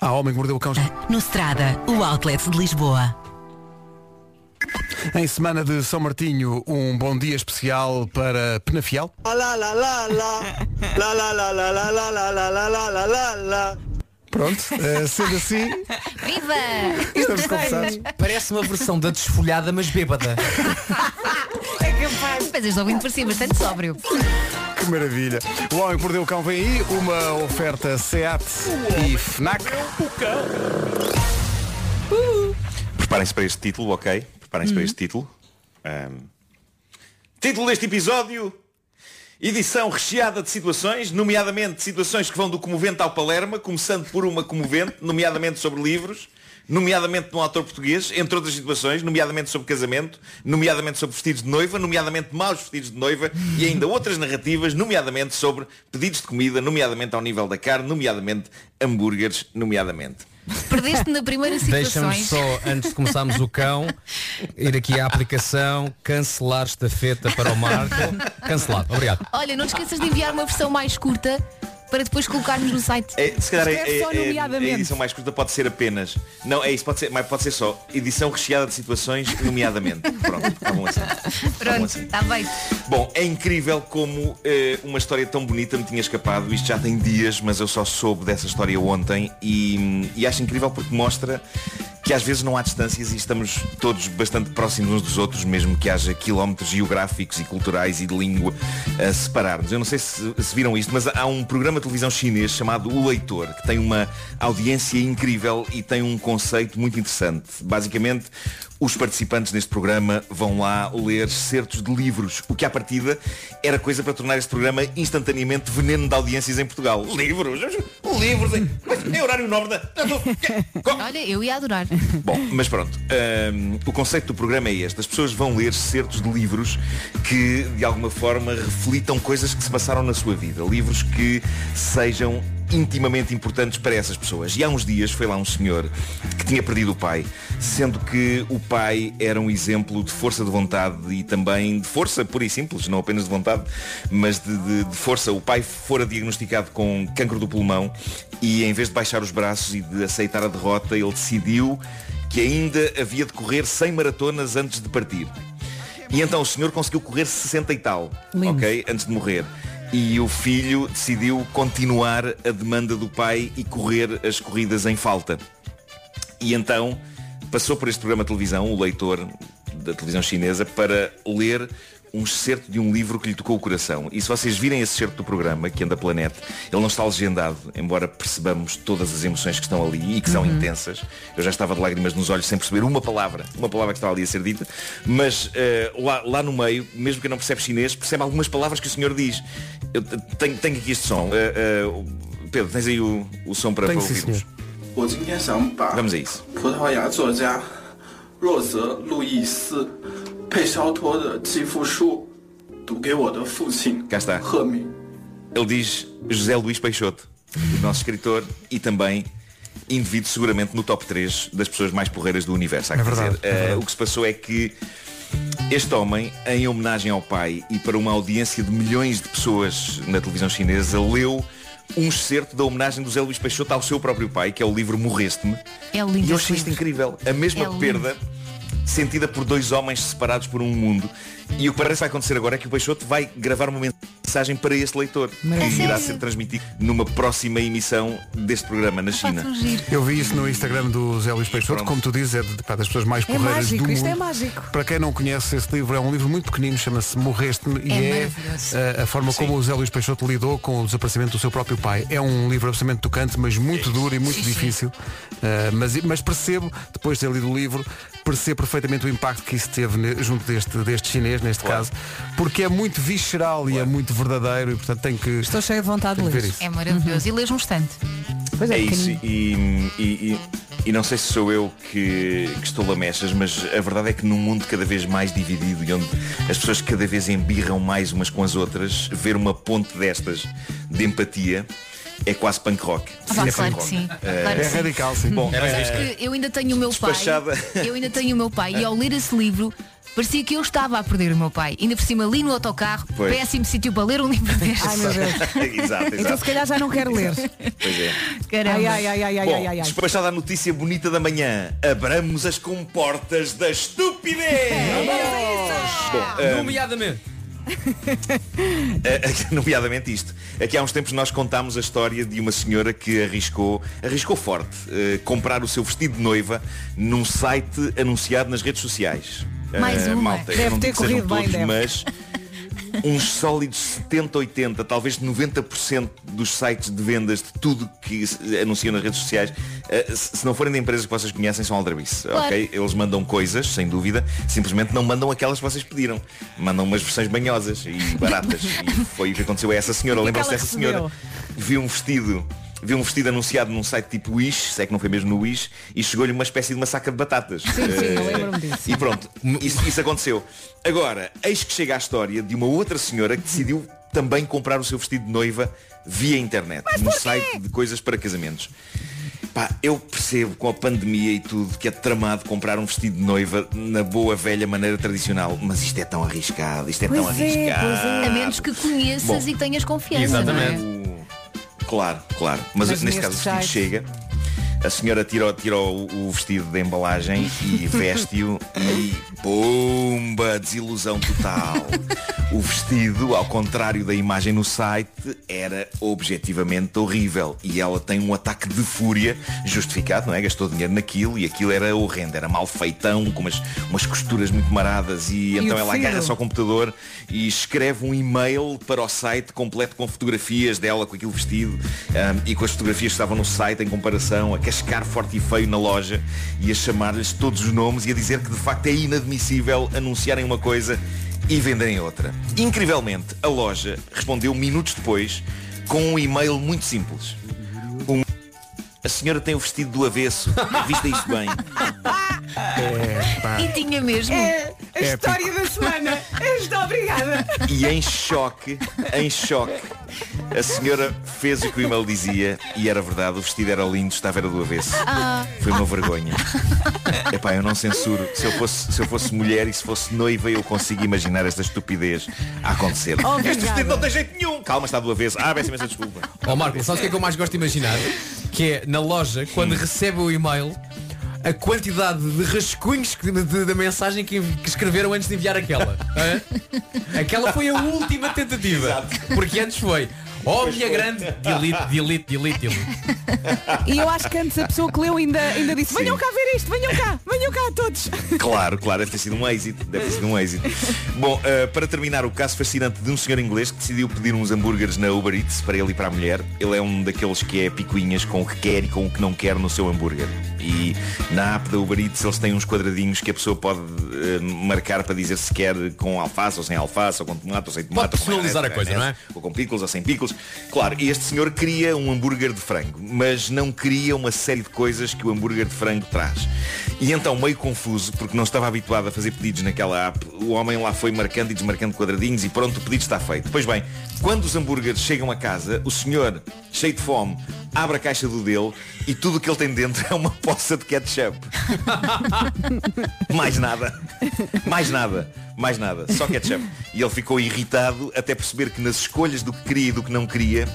S1: Há homem que mordeu o cão já.
S15: No Strada, o outlet de Lisboa.
S1: Em semana de São Martinho, um bom dia especial para Penafiel.
S2: La la la la la la la la la la la la la la la la la
S1: Pronto, eh, sendo assim,
S6: Viva!
S1: Estamos conversados.
S3: Parece uma versão da desfolhada, mas bêbada.
S6: É capaz. Mas este ouvinte parecia bastante sóbrio.
S1: que maravilha. O homem que mordeu o cão vem aí, uma oferta SEAT e FNAC.
S10: Preparem-se para este título, ok? Preparem-se para este título. Ahm, Título deste episódio, edição recheada de situações, nomeadamente situações que vão do comovente ao Palerma, começando por uma comovente, <laughs> nomeadamente sobre livros, nomeadamente de um autor português, entre outras situações, nomeadamente sobre casamento, nomeadamente sobre vestidos de noiva, nomeadamente maus vestidos de noiva e ainda outras narrativas, nomeadamente sobre pedidos de comida, nomeadamente ao nível da carne, nomeadamente hambúrgueres, nomeadamente.
S6: Perdeste na primeira situação.
S3: Deixa-me só, antes de começarmos o cão, ir aqui à aplicação, cancelar estafeta para o Marco. Cancelado, obrigado.
S6: Olha, não te esqueças de enviar uma versão mais curta para depois colocarmos no site.
S10: É, se calhar é,
S6: Escreve
S10: é-
S6: só
S10: é-
S6: nomeadamente.
S10: a edição mais curta pode ser apenas. Não, é isso, pode ser, mas pode ser só. Edição recheada de situações, nomeadamente. Pronto, tá bom assim.
S6: Pronto, está bem.
S10: Bom, é incrível como eh, uma história tão bonita me tinha escapado. Isto já tem dias, mas eu só soube dessa história ontem e, e acho incrível porque mostra que às vezes não há distâncias e estamos todos bastante próximos uns dos outros, mesmo que haja quilómetros geográficos e culturais e de língua a separar-nos. Eu não sei se, se viram isto, mas há um programa de televisão chinês chamado O Leitor, que tem uma audiência incrível e tem um conceito muito interessante. Basicamente, os participantes neste programa vão lá ler certos de livros, o que à partida era coisa para tornar este programa instantaneamente veneno de audiências em Portugal. Livros? <laughs> Livros? Mas é horário nobre da...
S6: Olha, eu ia adorar. É
S10: Bom, mas pronto, hum, o conceito do programa é este. As pessoas vão ler certos de livros que, de alguma forma, reflitam coisas que se passaram na sua vida. Livros que sejam intimamente importantes para essas pessoas. E há uns dias foi lá um senhor que tinha perdido o pai, sendo que o pai era um exemplo de força de vontade e também de força, pura e simples, não apenas de vontade, mas de, de- de força. O pai fora diagnosticado com cancro do pulmão e em vez de baixar os braços e de aceitar a derrota, ele decidiu que ainda havia de correr 100 maratonas antes de partir. E então o senhor conseguiu correr 60 e tal, ok? Antes de morrer. E o filho decidiu continuar a demanda do pai e correr as corridas em falta. E então passou por este programa de televisão, o leitor da televisão chinesa, para ler um excerto de um livro que lhe tocou o coração. E se vocês virem esse excerto do programa, que anda planeta, ele não está legendado, embora percebamos todas as emoções que estão ali e que são
S14: Uhum.
S10: intensas. Eu já estava de lágrimas nos olhos sem perceber uma palavra, uma palavra que estava ali a ser dita, mas eh, lá, lá no meio, mesmo que eu não perceba chinês, percebe algumas palavras que o senhor diz. Eu te- tenho, tenho aqui este som. Eh, eh, o- Pedro, tens aí o, o som para, para
S14: Tenho sim,
S10: ouvirmos.
S14: eu 今天想把
S10: Vamos a isso.
S14: 葡萄牙作家若泽路易斯·佩肖托的寄附书读给我的父亲
S10: Cá está. Ele diz José Luís Peixoto, o nosso escritor e também indivíduo seguramente no top 3 das pessoas mais porreiras do universo. Há que
S1: É verdade,
S10: dizer.
S1: é
S10: Eh,
S1: verdade.
S10: o que se passou é que Este homem, em homenagem ao pai e para uma audiência de milhões de pessoas na televisão chinesa, leu um excerto da homenagem do Zé Luís Peixoto ao seu próprio pai, que é o livro Morreste-me.
S6: É lindo.
S10: E eu achei isto incrível. A mesma
S6: É lindo.
S10: perda sentida por dois homens separados por um mundo. E o que parece que vai acontecer agora é que o Peixoto vai gravar uma mensagem para esse leitor.
S6: É
S5: Maravilha.
S10: Que irá
S5: A sério?
S10: ser transmitido numa próxima emissão deste programa na China.
S6: um
S1: Eu vi isso no Instagram do Zé Luís Peixoto, como tu dizes, é de- pá, das pessoas mais
S5: É
S1: porreiras
S5: mágico,
S1: do
S5: isto é
S1: mundo.
S5: mágico.
S1: Para quem não conhece esse livro, é um livro muito pequenino, chama-se Morreste-me e
S5: É
S1: é a, a forma como o Zé Luís Peixoto lidou com o desaparecimento do seu próprio pai. É um livro absolutamente tocante, mas muito duro e muito difícil. Uh, mas, mas percebo, depois de ter lido o livro, percebo perfeitamente o impacto que isso teve ne- junto deste, deste chinês, neste caso, porque é muito visceral e é muito verdadeiro e portanto tem que.
S5: Estou cheia de vontade de
S10: Tem que
S5: ler.
S10: ver isso.
S6: É maravilhoso. E lês um estante.
S10: é isso. E, e, e- e não sei se sou eu que, que estou lamechas, mas a verdade é que num mundo cada vez mais dividido e onde as pessoas cada vez embirram mais umas com as outras, ver uma ponte destas de empatia é quase punk rock.
S6: Ah, pá,
S10: é
S6: claro
S10: punk
S6: que sim.
S10: rock.
S6: Claro
S10: Eh,
S6: que
S5: <laughs>
S6: sim.
S10: Bom,
S6: <laughs> Mas
S10: eh,
S6: sabes que eu ainda tenho o meu pai.
S10: Despachada.
S6: Eu ainda tenho o meu pai. E ao ler esse livro, parecia que eu estava a perder o meu pai. Ainda por cima, ali no autocarro,
S10: Pois.
S6: péssimo sítio para ler um
S10: <laughs>
S6: livro deste.
S10: <laughs> exato, exato.
S5: Então se calhar já não quero ler.
S10: Pois é.
S6: Caramba.
S5: Ai, ai, ai, ai, ai,
S10: Bom,
S5: ai, ai, ai.
S10: despachada a notícia bonita da manhã. Abramos as comportas da estupidez! Bom, eh,
S3: Nomeadamente.
S10: Eh, <laughs> nomeadamente isto. Aqui há uns tempos nós contámos a história de uma senhora que arriscou, arriscou forte, eh, comprar o seu vestido de noiva num site anunciado nas redes sociais.
S2: Mais
S10: Eh,
S2: uma.
S10: Malta, eu
S2: Deve
S10: não
S2: ter
S10: digo que sejam
S2: corrido bem,
S10: todos,
S2: deve.
S10: mas uns sólidos 70, 80, talvez 90% dos sites de vendas de tudo que se anunciam nas redes sociais, eh, se se não forem de empresas que vocês conhecem, são aldrabice,
S2: Claro.
S10: ok? Eles mandam coisas, sem dúvida, simplesmente não mandam aquelas que vocês pediram. Mandam umas versões banhosas
S2: <laughs>
S10: e baratas. e foi o que aconteceu a essa senhora.
S2: O que é que
S10: Lembram-se
S2: ela
S10: dessa senhora? Viu um vestido viu um vestido anunciado num site tipo Wish, se é que não foi mesmo no Wish, e chegou-lhe uma espécie de uma saca de batatas.
S2: sim, eu
S10: Eh,
S2: lembro-me disso.
S10: E pronto, isso, isso aconteceu. Agora, eis que chega a história de uma outra senhora que decidiu também comprar o seu vestido de noiva via internet, num site de coisas para casamentos. Pá, eu percebo com a pandemia e tudo que é tramado comprar um vestido de noiva na boa velha maneira tradicional, mas isto é tão arriscado, isto é tão arriscado.
S6: A menos que conheças
S10: Bom,
S6: e tenhas confiança. não é?
S10: Claro, claro. Mas,
S6: Mas
S10: neste
S6: neste
S10: caso o vestido
S6: site-
S10: chega. A senhora tirou, tirou o, o vestido da embalagem e veste-o e bomba, desilusão total. O vestido, ao contrário da imagem no site, era objetivamente horrível. E ela tem um ataque de fúria, justificado, não é? Gastou dinheiro naquilo e aquilo era horrendo, era mal feitão, com umas, umas costuras muito maradas e,
S2: E
S10: então
S2: o
S10: ela
S2: fio?
S10: agarra-se ao computador e escreve um e-mail para o site completo com fotografias dela com aquele vestido ahm, e com as fotografias que estavam no site em comparação, a cascar forte e feio na loja e a chamar-lhes todos os nomes e a dizer que de facto é inadmissível anunciarem uma coisa e venderem outra. Incrivelmente, a loja respondeu minutos depois com um e-mail muito simples. Um... A senhora tem o vestido do avesso, vista isto bem.
S6: E tinha mesmo. É
S10: a história
S6: da semana. Estou obrigada.
S10: E em choque, em choque, a senhora fez o que o e-mail dizia e era verdade, o vestido era lindo, estava era do avesso.
S2: Ah.
S10: Foi uma vergonha. Epá, eu não censuro. Se eu, fosse, se eu fosse mulher e se fosse noiva, eu consigo imaginar esta estupidez a acontecer.
S3: Obrigada.
S10: Este vestido não tem jeito nenhum. Calma, está do avesso. Ah, peço imensa desculpa.
S3: Ó Marco, sabes o que é que eu mais gosto de imaginar? Que é na loja, quando recebe o e-mail, a quantidade de rascunhos que- de- de- da mensagem que, que escreveram antes de enviar aquela. Hã? aquela foi a última tentativa. Porque antes foi. Oh minha grande, delete, delete, delete, delete.
S5: E eu acho que antes a pessoa que leu ainda, ainda disse Venham cá ver isto, venham cá, venham cá todos
S10: Claro, claro, deve ter sido um êxito. Deve ter sido um êxito. Bom, eh, para terminar, o caso fascinante de um senhor inglês que decidiu pedir uns hambúrgueres na Uber Eats para ele e para a mulher. Ele é um daqueles que é picuinhas com o que quer e com o que não quer no seu hambúrguer. E na app da Uber Eats eles têm uns quadradinhos que a pessoa pode eh, marcar para dizer se quer com alface ou sem alface, ou com tomate ou sem tomate. ou com
S3: personalizar a
S10: maionese,
S3: coisa,
S10: maionese,
S3: não é?
S10: ou com picles ou sem picles. Claro, e este senhor queria um hambúrguer de frango, mas não queria uma série de coisas que o hambúrguer de frango traz. E então, meio confuso, porque não estava habituado a fazer pedidos naquela app, o homem lá foi marcando e desmarcando quadradinhos e pronto, o pedido está feito. Pois bem, quando os hambúrgueres chegam a casa, o senhor, cheio de fome, abre a caixa do dele e tudo o que ele tem dentro <laughs> é uma poça de ketchup. Mais nada. Mais nada. Mais nada. Só ketchup. E ele ficou irritado até perceber que nas escolhas do que queria e do que não queria,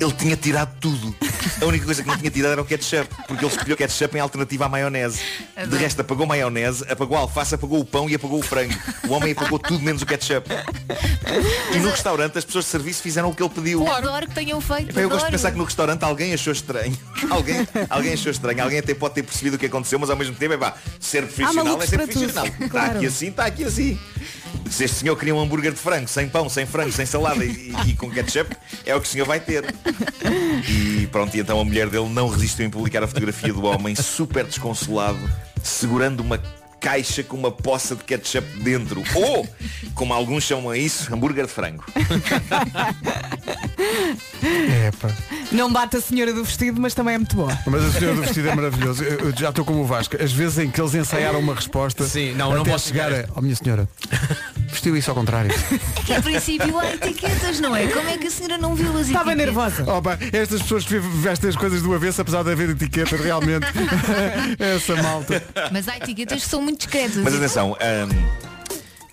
S10: ele tinha tirado tudo. A única coisa que não tinha tirado era o ketchup, porque ele escolheu ketchup em alternativa à maionese. De
S6: Adoro.
S10: resto, apagou maionese, apagou a alface, apagou o pão e apagou o frango. O homem apagou tudo menos o ketchup. E no restaurante as pessoas de serviço fizeram o que ele pediu.
S6: Adoro que tenham feito.
S10: Bem, eu gosto de
S6: adoro.
S10: pensar que no restaurante alguém achou estranho. <laughs> Alguém, alguém achou estranho. Alguém até pode ter percebido o que aconteceu, mas ao mesmo tempo é pá, ser profissional é
S6: malucos
S10: ser
S6: para tudo. <laughs>
S10: profissional. Está
S6: Claro.
S10: aqui assim, está aqui assim. Se este senhor queria um hambúrguer de frango, sem pão, sem frango, sem salada e, e com ketchup, é o que o senhor vai ter. E pronto, e então a mulher dele não resistiu em publicar a fotografia do homem super desconsolado, segurando uma caixa com uma poça de ketchup dentro. Ou, como alguns chamam isso, hambúrguer de frango.
S1: É,
S5: Não bate a senhora do vestido, mas também é muito boa.
S1: Mas a senhora do vestido é maravilhoso. Eu, eu já estou como o Vasco. As vezes em que eles ensaiaram uma resposta. Sim,
S3: não, não
S1: até
S3: posso
S1: chegar a. Oh minha senhora, vestiu isso ao <laughs> contrário.
S6: É
S10: <laughs>
S6: que a princípio há etiquetas, não é? Como é que a senhora não viu as etiquetas? Estava
S5: nervosa.
S1: Opa, estas pessoas que vestem as coisas do avesso, apesar de haver etiqueta, realmente. <laughs> Essa malta.
S6: Mas há etiquetas que são muito discretas.
S10: Mas atenção, hum,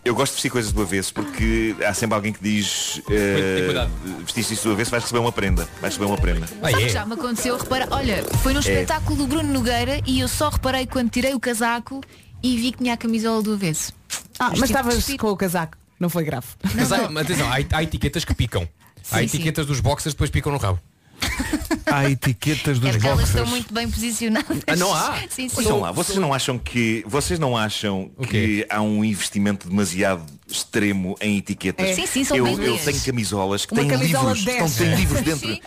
S10: eu gosto de vestir coisas do avesso porque há sempre alguém que diz eh,
S3: cuidado.
S10: vestiste isso do avesso, vais receber uma prenda. Vais receber uma prenda.
S6: Sabe
S3: é.
S6: que já me aconteceu, repara, olha, foi num
S10: É.
S6: espetáculo do Bruno Nogueira e eu só reparei quando tirei o casaco e vi que tinha a camisola do avesso.
S5: Ah, mas
S6: tive que
S5: estavas com o casaco. Não foi grave.
S3: Mas há, mas atenção, há, há etiquetas que picam. há
S6: Sim,
S3: etiquetas dos boxers que depois picam no rabo.
S1: Há etiquetas
S6: É porque elas estão muito bem posicionadas.
S10: Ah, não há?
S6: <laughs> Sim, sim.
S10: Ouçam lá, vocês não acham que vocês não acham que há um investimento demasiado extremo em etiquetas?
S6: É. Sim, sim, são
S10: eu,
S6: bem
S10: eu
S6: lindas.
S10: tenho camisolas que
S6: Uma
S10: têm
S6: camisola
S10: livros,
S6: dez.
S10: estão, têm
S6: É.
S10: livros dentro.
S6: Sim.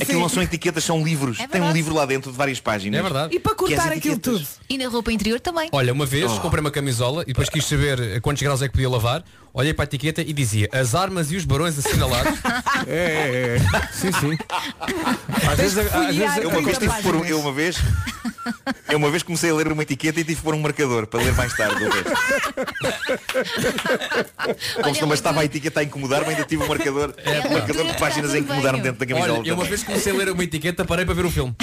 S10: Aquilo não são etiquetas, são livros. Tem um livro lá dentro de várias páginas.
S3: É verdade.
S6: E para cortar
S10: aquilo tudo.
S6: E na roupa interior também.
S3: Olha, uma vez comprei uma camisola e depois quis saber eh, quantos graus é que podia lavar. Olhei para a etiqueta e dizia as armas e os barões assinalados.
S1: é, é, é. Sim, sim.
S10: Às
S3: Tens
S10: vezes,
S3: que
S10: às vezes,
S3: folhear
S10: eu, uma vez
S3: 30
S10: tive que pôr, um-
S3: páginas.
S10: eu uma vez eu uma vez comecei a ler uma etiqueta e tive que pôr um marcador para ler mais tarde o resto. Como se não bastava a etiqueta a incomodar-me, ainda tive um marcador,
S6: É,
S10: um marcador de páginas a incomodar-me dentro da camisola.
S3: Olha, eu uma
S10: também.
S3: vez comecei a ler uma etiqueta, parei para ver o filme.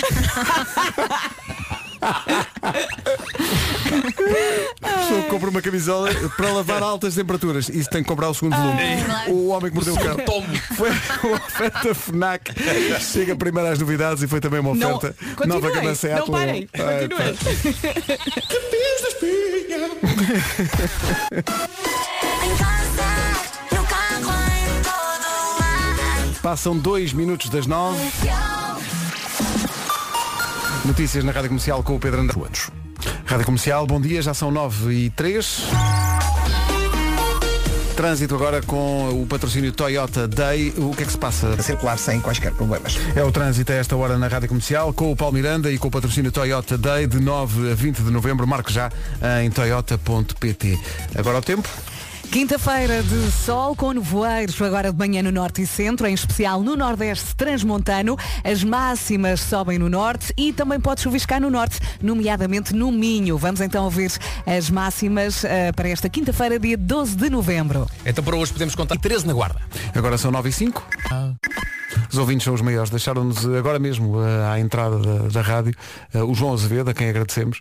S1: A pessoa que compra uma camisola para lavar a altas temperaturas. Isso tem que comprar o
S6: Ah,
S1: segundo volume. O homem que mordeu o cão. Foi uma oferta FNAC. Chega primeiro às novidades e foi também uma
S2: Não,
S1: oferta
S2: continuem,
S1: nova gama Seat
S2: não parem,
S10: Ah,
S1: Leon. Ai,
S2: continuem.
S1: pá.
S2: Que pias da espinha. Em casa, no carro, em todo lado.
S1: Passam dois minutos das nove. Notícias na Rádio Comercial com o Pedro André. Rádio Comercial, bom dia, já são 9 e 3. Trânsito agora com o patrocínio Toyota Day. O que é que se passa?
S11: Circular sem quaisquer problemas.
S1: É o trânsito a esta hora na Rádio Comercial com o Paulo Miranda e com o patrocínio Toyota Day de 9 a 20 de novembro. Marque já em toyota.pt. Agora o tempo.
S5: Quinta-feira de sol com nevoeiros, agora de manhã no norte e centro, em especial no nordeste transmontano. As máximas sobem no norte e também pode chuviscar no norte, nomeadamente no Minho. Vamos então ouvir as máximas eh, para esta quinta-feira, dia 12 de novembro.
S3: Então para hoje podemos contar 13 na guarda.
S1: Agora são 9 e 5. Os ouvintes são os maiores. Deixaram-nos eh, agora mesmo eh, à entrada da, da rádio eh, o João Azevedo, a quem agradecemos.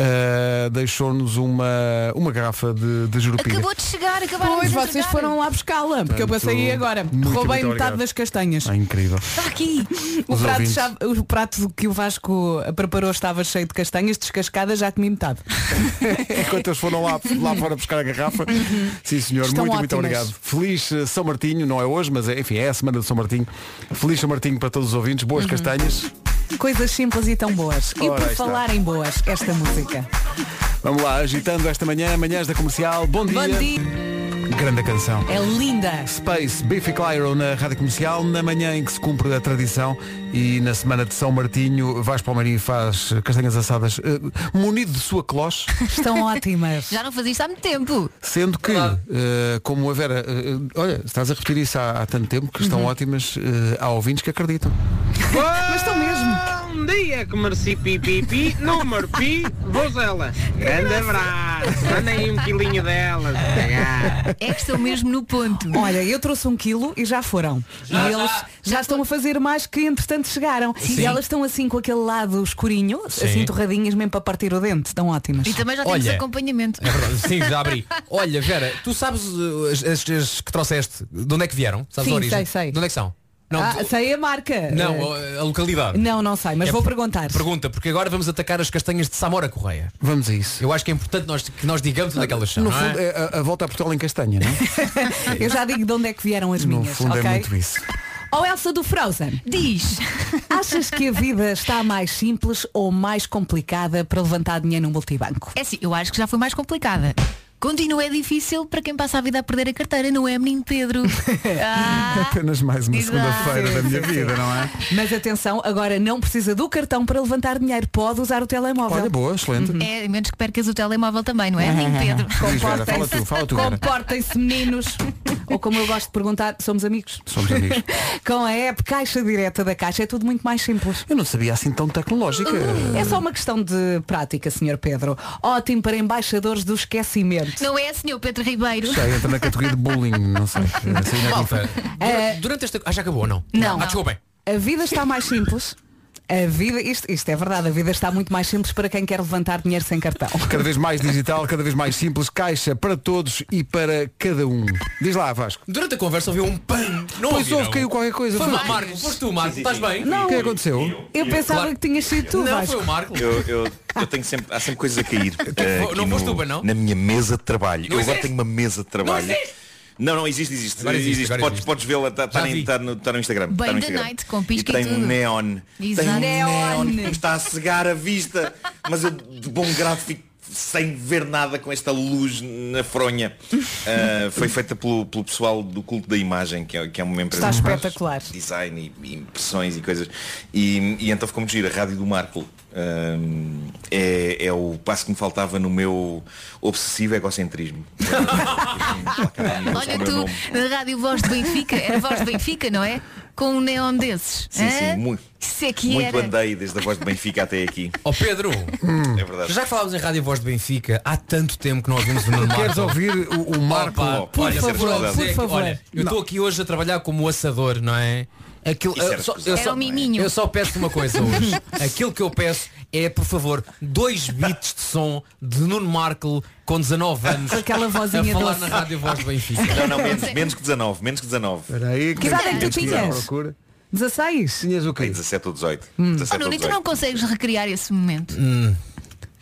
S1: eh, deixou-nos uma, uma garrafa de, de jurupiga.
S6: Acabou de chegar, acabaram
S5: Pois,
S6: de nos
S5: vocês
S6: entregar.
S5: foram lá buscá-la, porque eu
S1: Portanto,
S5: passei aí agora.
S1: muito, muito
S5: Roubei metade
S1: obrigado.
S5: das castanhas.
S1: Ah, incrível. <laughs>
S5: Está aqui! O
S1: Os
S5: prato,
S1: ouvintes.
S5: chave- o prato que o Vasco preparou estava cheio de castanhas, descascada, já comi metade.
S1: Enquanto eles foram lá, lá fora buscar a garrafa. Sim, senhor,
S5: Uhum. Estão
S1: muito, muito
S5: ótimas.
S1: obrigado. Feliz eh, São Martinho, não é hoje, mas é, enfim, é a semana de São Martinho. Feliz São Martinho para todos os ouvintes, boas
S5: Uhum.
S1: castanhas.
S5: Coisas simples e tão boas. E
S1: Ora,
S5: por
S1: aí está.
S5: falar em boas, esta música.
S1: Vamos lá, agitando esta manhã, manhãs da comercial. Bom dia.
S5: Bom dia.
S1: Grande canção.
S5: É linda.
S1: Space Biffy Clyro na Rádio Comercial, na manhã em que se cumpre a tradição e na semana de São Martinho, Vasco Palmeirinho faz eh, castanhas assadas eh, munido de sua
S6: <laughs>
S1: cloche,
S5: Estão ótimas.
S6: Já não fazia isto há muito tempo.
S1: sendo que, eh, como a
S6: Uhum.
S1: Vera, eh, olha, estás a repetir isso há, há tanto tempo, que estão ótimas, eh, há ouvintes que acreditam.
S5: Mas estão mesmo.
S16: Bom dia, comerci pipipi, número pi, bozela. Grande abraço, manda aí um quilinho delas.
S5: É que estão mesmo no ponto. Olha, eu trouxe um quilo e já foram. E
S16: Já,
S5: eles
S16: já.
S5: já, estão a fazer mais que entretanto chegaram.
S3: Sim.
S5: E elas estão assim com aquele lado escurinho,
S3: Sim.
S5: assim torradinhas mesmo para partir o dente. Estão ótimas.
S6: E também já temos
S3: Olha.
S6: acompanhamento.
S3: É verdade, sim, já abri. Olha, Vera, tu sabes uh, as, as- as que trouxeste, de onde é que vieram? Sabes
S5: Sim,
S3: a origem?
S5: sei, sei.
S3: De onde é que são? Não,
S5: Ah,
S3: tu-
S5: sei a marca.
S3: não
S5: Eh,
S3: a- a localidade.
S5: não, não sei, mas
S3: É
S5: vou
S3: por-
S5: perguntar.
S3: Pergunta, porque agora vamos atacar as castanhas de Samora Correia.
S1: Vamos a isso.
S3: Eu acho que é importante nós, que nós digamos onde é que elas são,
S1: No
S3: não
S1: fundo,
S3: é?
S1: é a, a volta a Portugal em castanha,
S6: <laughs>
S1: não é?
S5: Eu já digo de onde é que vieram as
S1: No
S5: minhas,
S1: fundo
S5: ok?
S1: é muito isso.
S5: Ou Elsa do Frozen.
S6: Diz.
S5: Achas que a vida está mais simples ou mais complicada para levantar dinheiro no multibanco?
S6: É assim, eu acho que já foi mais complicada. Continua é difícil para quem passa a vida a perder a carteira, não é, menino Pedro? Ah,
S1: Apenas mais uma
S6: Exato.
S1: segunda-feira
S6: Sim,
S1: da minha
S6: sim,
S1: vida,
S6: sim.
S1: não é?
S5: Mas atenção, agora não precisa do cartão para levantar dinheiro, pode usar o
S6: Então,
S5: telemóvel.
S1: Olha, boa, excelente.
S6: É, a menos que percas o telemóvel também, não é, menino Pedro?
S1: Diz, Vera, fala tu, fala tu, Vera.
S5: Comportem-se meninos. Ou como eu gosto de perguntar, somos amigos.
S1: Somos amigos.
S5: <laughs> Com a app Caixa Direta da Caixa é tudo muito mais simples.
S1: Eu não sabia assim tão tecnológica.
S6: Uhum.
S5: É só uma questão de prática, Sr. Pedro. Ótimo para embaixadores do esquecimento.
S6: Não é, senhor Pedro Ribeiro?
S1: Já entra na categoria de bullying, não
S5: <laughs>
S1: sei. Assim não é
S3: Malta,
S1: diferente.
S3: tipo, eh, durante, durante esta. Ah, já acabou ou não?
S5: Não.
S3: Ah, desculpem.
S5: A vida está mais simples. A vida, isto, isto é verdade, a vida está muito mais simples para quem quer levantar dinheiro sem cartão.
S1: Cada vez mais digital, cada vez mais simples, caixa para todos e para cada um. Diz lá, Vasco.
S3: Durante a conversa ouviu um pam. Não
S1: Pois
S3: ouvi,
S1: houve,
S3: não.
S1: caiu qualquer coisa.
S3: Foi
S1: Foi.
S3: lá, Marco. Foste tu, Marco. Estás bem?
S5: Não.
S1: O que é que aconteceu?
S5: Eu pensava que tinhas sido tu,
S3: Não,
S5: Vasco.
S3: foi o Marco.
S10: Eu, eu, eu tenho sempre, há sempre coisas a cair. eh,
S3: fo-
S10: aqui
S3: não
S10: no-
S3: foste tu, não?
S10: Na minha mesa de trabalho.
S3: Não
S10: eu agora
S3: existe?
S10: tenho uma mesa de trabalho. Não, não, existe, existe.
S3: Agora existe,
S10: existe,
S3: agora
S10: podes,
S3: existe.
S10: podes vê-la, está
S3: Já vi.
S10: no, tá no Instagram. tá
S6: Bem
S10: no
S6: da
S10: Instagram.
S6: night, com
S10: E
S6: pisca e
S10: tem um
S6: tudo.
S10: neon. Tem
S6: Exato.
S10: um neon
S6: Neon.
S10: que me está a cegar a vista. Mas eu de bom grado fico sem ver nada com esta luz na fronha. Ah, foi feita pelo, pelo pessoal do culto da imagem, que é, que é uma empresa
S5: Está
S10: que faz
S5: espetacular.
S10: design e, e impressões e coisas. E, e então ficou muito giro. A rádio do Marco hum, é, é o passo que me faltava no meu
S5: <laughs>
S10: obsessivo egocentrismo. é um
S6: Olha tu, na rádio Voz de Benfica, era Voz de Benfica, não é? Com um neon desses.
S10: Sim, sim,
S6: Hã?
S10: muito.
S6: Isso é que
S10: Muito
S6: era.
S10: andei desde a voz de Benfica até aqui.
S3: Ó Pedro,
S10: É verdade.
S3: já que falámos em Rádio Voz de Benfica, há tanto tempo que nós vimos o Nuno Marco.
S1: Queres ouvir o, o Marco?
S3: Opa,
S1: Por
S3: olha,
S1: favor,
S3: vou
S1: por
S3: dizer que-
S1: favor.
S3: olha, eu estou aqui hoje a trabalhar como assador, não é? Aquilo,
S1: Isso era
S3: eu, só, eu,
S1: escusado,
S3: só,
S6: Era um miminho.
S3: eu só peço uma <laughs> coisa hoje. Aquilo que eu peço é, por favor, dois beats de som de Nuno Marco com 19 anos
S5: Com aquela vozinha
S3: a falar
S5: doce.
S3: na Rádio Voz de Benfica.
S10: Não, não,
S6: <laughs>
S10: menos, menos que 19, menos que 19.
S1: Espera aí,
S5: Que idade é que tu tinhas? 16?
S1: Tinhas o quê?
S10: 17 ou 18.
S6: Oh,
S10: 17 ou
S6: Nuno, e tu não
S10: 18.
S6: consegues recriar esse momento.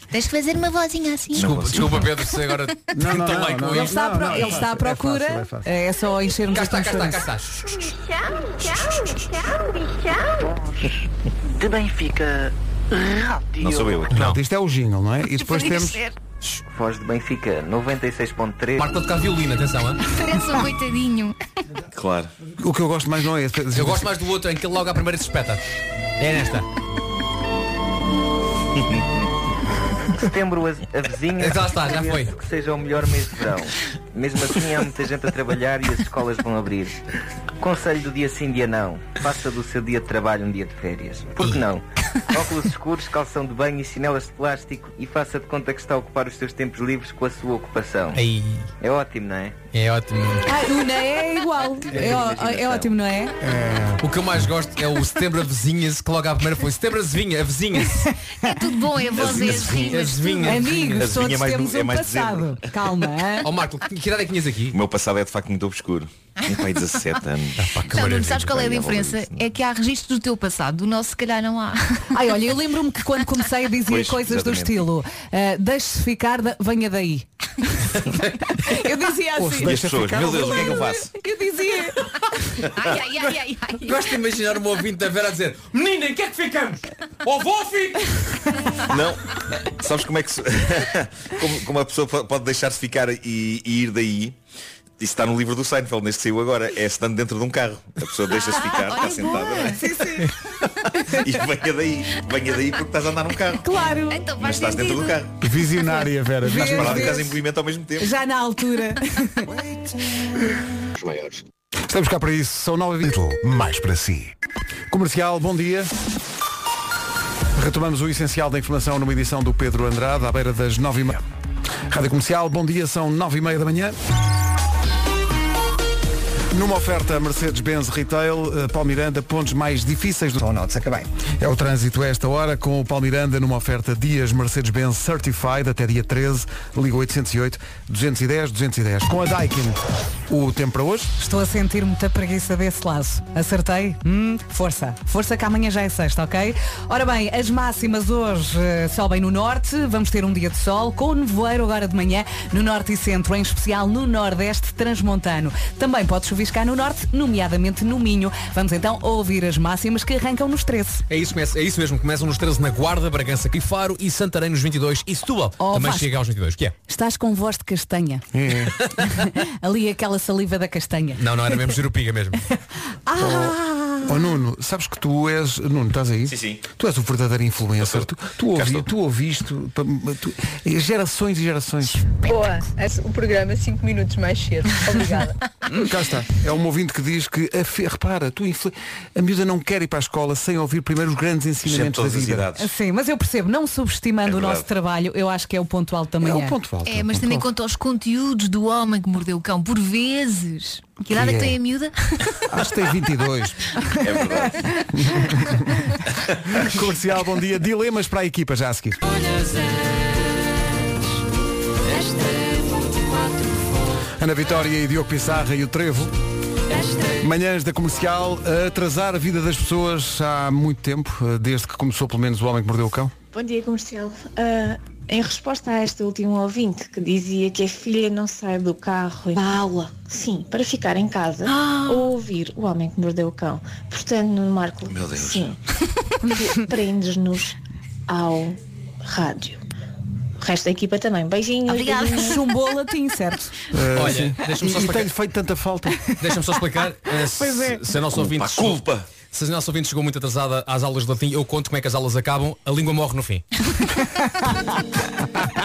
S6: Tens que fazer uma vozinha assim.
S3: Desculpa, desculpa Pedro, se agora
S1: Não, não,
S3: tão
S1: não,
S3: leigo
S1: não,
S3: com
S5: Ele
S3: isto.
S5: está, à pro-
S1: não,
S5: ele
S1: é
S5: está à
S1: fácil, é
S5: procura,
S1: fácil, é fácil.
S5: é só enchermos
S3: Cá
S5: os
S3: está, cá está, cá
S5: tanques
S3: está.
S2: De Benfica Rádio.
S10: Não sou eu.
S1: Pronto, isto é o jingle, não é? E depois temos.
S17: Voz de Benfica 96.3.
S3: Marco a tocar violino, atenção, hein?
S6: Parece um coitadinho.
S10: Claro.
S1: O que eu gosto mais não é esse.
S3: Eu gosto mais do outro, em que ele logo à primeira se espeta. É nesta.
S17: Setembro a, a vizinha.
S3: Já Então está, já foi.
S17: Que seja o melhor mês de verão. Mesmo assim há muita gente a trabalhar e as escolas vão abrir. Conselho do dia sim, dia não. Faça do seu dia de trabalho um dia de férias. Por que não? Óculos escuros, calção de banho e chinelas de plástico e faça de conta que está a ocupar os seus tempos livres com a sua ocupação.
S3: Aí.
S17: É ótimo, não é?
S3: É ótimo.
S5: Ah, o Ney é igual. É, ó- é ótimo, não é?
S3: O que eu mais gosto é o setembro avizinha-se, que logo à primeira foi setembro avizinha, avizinha-se.
S6: É tudo bom, é a voz, é as rimas.
S3: Avizinha.
S5: Amigos,
S10: vinha
S5: todos
S10: mais
S5: temos
S10: do- é
S5: um
S10: mais dezembro.
S5: passado. Calma, hã?
S3: <laughs> Ó Marco, que que idade é que tinhas aqui?
S10: O meu passado é de facto muito obscuro. Um pai de 17 anos.
S6: Não, Nuno, sabes qual é a diferença? É que há registros do teu passado, do nosso se calhar não há.
S5: Ai, olha, eu lembro-me que quando comecei a dizer
S10: Pois,
S5: coisas do
S10: exatamente.
S5: estilo ah, deixe-se ficar, da- venha daí. eu dizia assim.
S10: E as pessoas, meu Deus, o que é que eu faço?
S5: Eu dizia.
S6: Ai, ai, ai, ai, ai.
S3: Gosto de imaginar um ouvinte da Vera a dizer Menina, em que é que ficamos? Ó vó, filho!
S10: Não, sabes como é que se- <laughs> como, como a pessoa po- pode deixar-se ficar e, e ir daí? Isso está no livro do Seinfeld, neste que saiu agora, é estando dentro de um carro. A pessoa deixa-se ficar, está sentada não é? <laughs> e venha daí, venha daí porque estás a andar num carro.
S5: Claro.
S6: Então faz
S10: Mas estás dentro
S6: sentido.
S10: do carro.
S1: Visionária, Vera.
S10: Estás
S1: visionária.
S10: parado e estás em movimento ao mesmo tempo.
S5: Já na altura.
S14: Os maiores.
S1: Estamos cá para isso. São 9 Little, mais para si. Comercial, bom dia. Retomamos o essencial da informação numa edição do Pedro Andrade, à beira das 9 e meia. Rádio Comercial, bom dia, são 9 e meia da manhã. Numa oferta Mercedes-Benz Retail, eh, Paulo Miranda, pontos mais difíceis do... São notes, acabei. É o trânsito a esta hora com o Paulo Miranda numa oferta Dias Mercedes-Benz Certified até dia 13, liga 808-210-210. Com a Daikin, o tempo para hoje?
S5: Estou a sentir muita preguiça desse laço. Acertei? Hum, força. Força que amanhã já é sexta, ok? Ora bem, as máximas hoje eh, sobem no norte. Vamos ter um dia de sol com nevoeiro agora de manhã no norte e centro, em especial no nordeste transmontano. Também pode chuviscar no norte, nomeadamente no Minho. Vamos então ouvir as máximas que arrancam nos 13.
S3: É isso, mesmo, é isso mesmo, começam nos 13 na Guarda, Bragança, Quifaro e Santarém nos 22 e Setúbal. Também
S5: Vasco.
S3: chega aos 22, que é?
S5: Estás com voz de castanha.
S1: É.
S5: Ali aquela saliva da castanha.
S3: Não, não, era mesmo Jurupiga mesmo.
S5: Ah!
S1: Oh Nuno, sabes que tu és. Nuno, estás aí? Sim, sim. Tu és o verdadeiro influencer. Tu, tu, ouvi- tu ouviste tu- tu- gerações e gerações.
S18: Boa, esse- o programa 5 minutos mais cedo. Obrigada.
S1: <laughs> Cá está. É um ouvinte que diz que a fi- repara, tu influ- a miúda não quer ir para a escola sem ouvir primeiro os grandes ensinamentos da
S10: todas as
S1: vida.
S5: Sim, mas eu percebo, não subestimando o
S1: É verdade.
S5: nosso trabalho, eu acho que é o ponto alto da manhã.
S1: o ponto alto,
S6: É, mas também quanto aos conteúdos do homem que mordeu o cão, por vezes. Que idade
S1: Que
S6: é que
S1: é?
S6: tem a miúda?
S1: Acho que tem 22.
S10: É verdade.
S1: Comercial, bom dia. Dilemas para a equipa, já a seguir. Ana Vitória e Diogo Pissarra e o Trevo. Manhãs da Comercial a atrasar a vida das pessoas há muito tempo, eh, desde que começou pelo menos o Homem que Mordeu o Cão.
S19: Bom dia, comercial. Ah, em resposta a esta última ouvinte que dizia que a filha não sai do carro e da aula, Ah. sim, para ficar em casa ou ouvir o homem que mordeu o cão. Portanto, no Marco, Meu Deus. <laughs> sim, tu prendes-nos ao rádio. O resto da equipa também. Beijinhos.
S5: Obrigada.
S19: beijinhos.
S5: Chumbou latim, certo?
S1: Eh,
S3: Olha,
S1: sim.
S3: deixa-me só
S1: E- e
S3: explicar-
S1: tem-lhe feito tanta <laughs> falta.
S3: Deixa-me só explicar. <laughs> eh, se-
S1: Pois é.
S3: Se a nossa
S1: Culpa,
S3: ouvinte.
S1: culpa.
S3: Se a nossa ouvinte chegou muito atrasada às aulas de latim, eu conto como é que as aulas acabam, a língua morre no fim.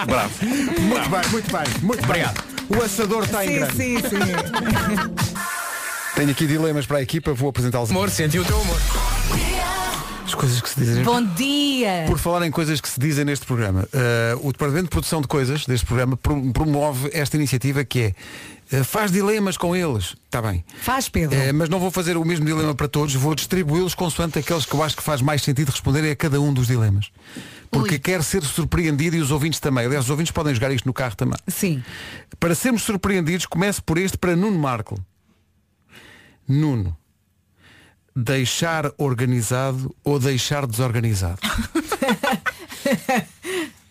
S10: Bravo.
S1: Muito bem, muito bem, muito Obrigado. O assador está em grande.
S5: Sim, sim.
S1: Tenho aqui dilemas para a equipa, vou
S3: <laughs>
S1: apresentá-los.
S3: Amor, senti o teu amor.
S1: As coisas que se dizem.
S5: <laughs> Bom dia!
S1: Por falar em coisas que se dizem neste programa, eh, o Departamento de Produção de Coisas deste programa pro- promove esta iniciativa que é eh, faz dilemas com eles. Está bem.
S5: Faz, Pedro.
S1: Eh, mas não vou fazer o mesmo dilema para todos, vou distribuí-los consoante aqueles que eu acho que faz mais sentido responder a cada um dos dilemas. Porque quer ser surpreendido e os ouvintes também. Aliás, os ouvintes podem jogar isto no carro também.
S5: Sim.
S1: Para sermos surpreendidos, comece por este para Nuno Marco. Nuno. Deixar organizado ou deixar desorganizado?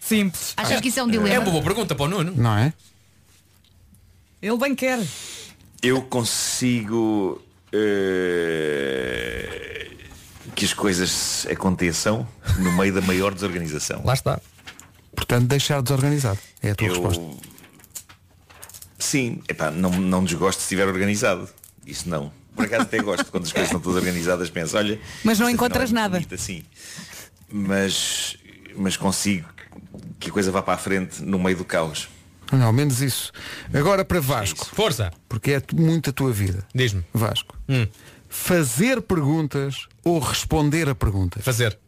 S5: Simples.
S6: Achas que isso é um dilema?
S3: É uma boa pergunta para o Nuno.
S1: Não é?
S5: Ele bem quer.
S10: Eu consigo eh, que as coisas aconteçam no meio da maior desorganização.
S3: Lá está.
S1: Portanto, deixar desorganizado. É a tua resposta.
S10: Sim, epá, não, não desgosto se estiver organizado. Isso não. Por acaso até gosto quando as coisas estão todas organizadas, penso, olha.
S5: Mas não
S10: isto afinal
S5: encontras
S10: é
S5: nada.
S10: bonito assim. Mas, mas consigo que a coisa vá para a frente no meio do caos.
S1: Não, ao menos isso. Agora
S3: É
S1: para Vasco.
S3: Força!
S1: Porque é tu- muito a tua vida.
S3: Diz-me. Hum,
S1: Vasco. Fazer perguntas ou responder a perguntas?
S3: Fazer.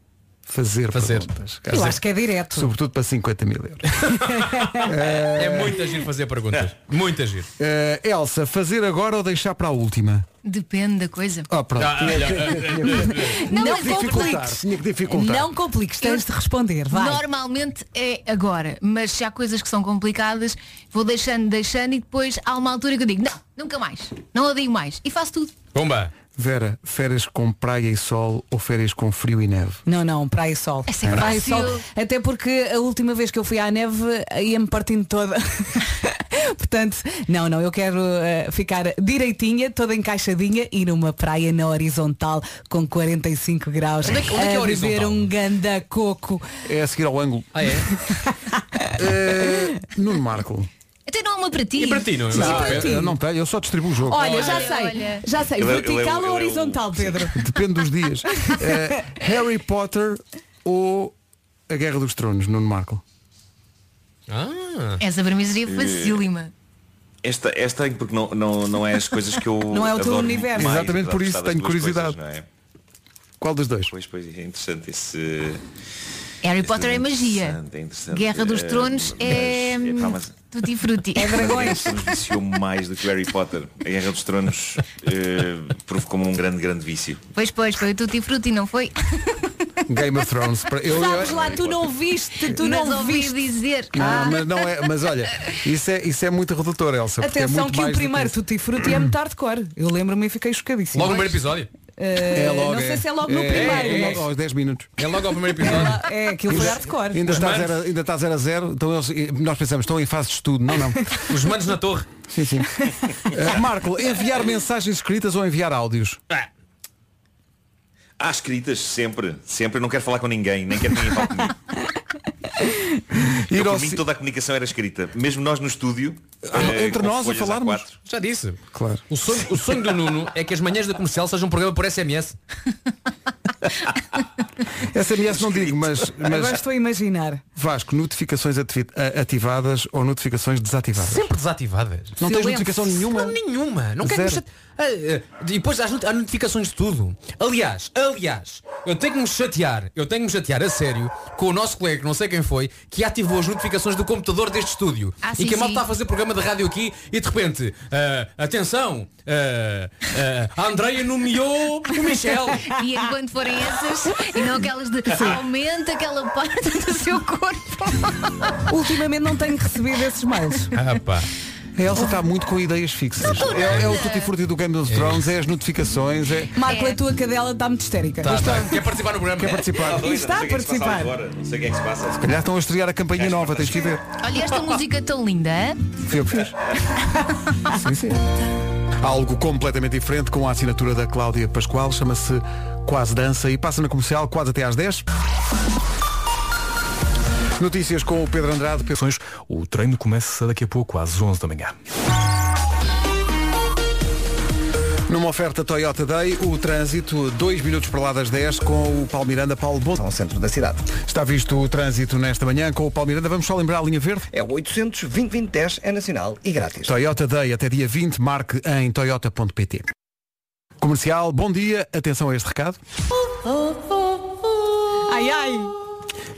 S1: Fazer,
S3: Fazer.
S1: perguntas.
S3: Eu acho que é direto.
S1: Sobretudo para 50 mil euros. <laughs>
S3: É muito agir fazer perguntas.
S1: É.
S3: Muito agir.
S1: Eh, Elsa, fazer agora ou deixar para a última?
S6: Depende da coisa.
S1: Ah, pronto. <laughs>
S3: Ah,
S1: Tinha-
S3: olha,
S1: tinha- tinha-
S6: Não é
S1: tinha que dificultar,
S6: compliques.
S1: Tinha que dificultar.
S5: Não compliques, tens de responder. Vai.
S6: Normalmente é agora, mas se há coisas que são complicadas, vou deixando, deixando e depois há uma altura que eu digo, não, nunca mais, não a digo mais. E faço tudo.
S3: Bomba.
S1: Vera, férias com praia e sol ou férias com frio e neve?
S5: Não, não, praia e
S6: É
S5: sol.
S1: sem
S5: praia e
S1: fácil.
S5: sol. Até porque a última vez que eu fui à neve eh, ia-me partindo toda. <laughs> Portanto, não, não, eu quero eh, ficar direitinha, toda encaixadinha e numa praia na horizontal com 45 graus.
S2: Onde é que- onde é que é
S5: a beber
S2: horizontal?
S5: um ganda coco.
S1: É a seguir ao ângulo. Eh,
S3: Ah, é?
S1: Nuno Marco.
S6: Até não há uma para ti.
S1: Não, eu- eu não tenho, eu só distribuo o jogo.
S5: Olha, já sei,
S6: olha.
S5: já sei,
S1: Eu- eu- eu-
S5: vertical
S1: eu-
S5: ou horizontal, Pedro?
S1: Depende dos
S5: <laughs>
S1: dias. Eh, Harry Potter ou A Guerra dos Tronos, Nuno Marco?
S3: Ah.
S6: Essa para mim seria facílima.
S10: Esta, esta porque não, não, não é as coisas que eu.
S5: Não é o teu
S10: adoro
S5: universo.
S10: mais,
S1: Exatamente
S10: apesar
S1: por
S10: de
S1: isso
S10: gostar das
S1: tenho
S10: duas coisas,
S1: curiosidade.
S10: não é?
S1: Qual dos dois?
S10: Pois, pois, é interessante esse.
S6: Harry Potter é magia.
S10: É interessante.
S6: Guerra dos
S10: Eh,
S6: Tronos é.
S10: mas- pá, mas-
S6: Tutti frutti. É
S10: Isso nos viciou mais do que o Harry Potter. A Guerra dos Tronos eh, provocou-me um grande, grande vício.
S6: Pois, pois, foi o Tutti frutti, não foi?
S1: Game of Thrones. Para- eu- eu-
S5: Sabes lá, tu não viste, <laughs> tu
S6: Mas
S5: não
S6: ouvi
S5: viste.
S6: dizer.
S1: Não,
S5: Ah.
S1: mas, não é, mas olha, isso é, isso é muito redutor, Elsa. porque é
S5: Atenção
S1: muito
S5: que o
S1: mais do
S5: primeiro
S1: isso.
S5: Tutti Frutti é muito hardcore. Eu lembro-me e fiquei chocadíssimo.
S1: Logo no
S5: Pois.
S1: primeiro
S3: episódio?
S5: Eh, Não sei se é logo no primeiro.
S1: logo aos 10 minutos.
S3: É logo ao primeiro episódio.
S5: mas- É, aquilo foi hardcore.
S1: Ainda está,
S3: Os manos.
S1: zero, ainda está zero a zero, então eles- nós pensamos, estão em fase de estudo.
S5: <laughs>
S1: Não, não.
S3: Os manos na torre.
S1: Sim, sim. Eh, Marco, enviar mensagens escritas ou enviar áudios?
S3: Ah,
S10: Há escritas sempre, sempre. Eu não quero falar com ninguém, nem quero que ninguém fale comigo. Eu, por mim, toda a comunicação era escrita. Mesmo nós no estúdio. eh, com folhas A4.
S3: Já disse.
S1: Claro.
S3: O sonho, o sonho do Nuno é que as manhãs da comercial sejam um programa por SMS.
S1: SMS não digo, mas,
S5: Agora
S1: mas
S5: estou a imaginar.
S1: Vasco, notificações ativi- a- ativadas ou notificações desativadas?
S3: Sempre desativadas.
S1: Não tens notificação nenhuma?
S3: Não, nenhuma. Não quero que me
S1: Zero.
S3: chate... Ah, ah, Depois há as not- há notificações de tudo. Aliás, aliás, eu tenho que me chatear, eu tenho que me chatear a sério com o nosso colega, que não sei quem foi, que ativou as notificações do computador deste estúdio.
S6: Ah,
S3: e
S6: sim,
S3: que a malta
S6: sim.
S3: está a fazer programa de rádio aqui e de repente, ah, atenção, ah, ah, a Andreia nomeou o
S6: <laughs>
S3: Michel.
S6: E enquanto forem essas, e não aquelas de aumenta aquela parte do seu corpo.
S5: Ultimamente não tenho recebido esses mails.
S3: Ah, pá.
S1: A Elsa está muito com ideias fixas.
S5: Não tô
S1: É, é o
S5: nada.
S1: tutti frutti do Game of Thrones, é as notificações, é...
S5: Marco, a tua cadela está-me histérica.
S1: Tá, tá.
S3: Quer participar no programa?
S1: Quer participar?
S10: Doida, não
S5: Está
S10: sei o que é que se passa
S5: a participar.
S10: ali fora, Não sei o que é que se passa.
S1: Calhar estão a estrear a campainha nova, tens que ir ver.
S6: Olha esta música é tão linda, hã?
S1: Foi eu que fiz. Sim, sim. Algo completamente diferente com a assinatura da Cláudia Pascoal, chama-se Quase Dança e passa na comercial quase até às 10. Notícias com o Pedro Andrade. Pensões.
S20: O treino começa daqui a pouco, às 11 da manhã.
S1: Numa oferta Toyota Day, o trânsito, dois minutos para lá das 10, com o Paulo Miranda, Paulo Bom.
S11: Ao centro da cidade.
S1: Está visto o trânsito nesta manhã com o Paulo Miranda. Vamos só lembrar a linha verde.
S11: É o 800 2010 é nacional e grátis.
S1: Toyota Day até dia 20, marque em toyota.pt. Comercial, bom dia, atenção a este recado.
S5: Ai, ai.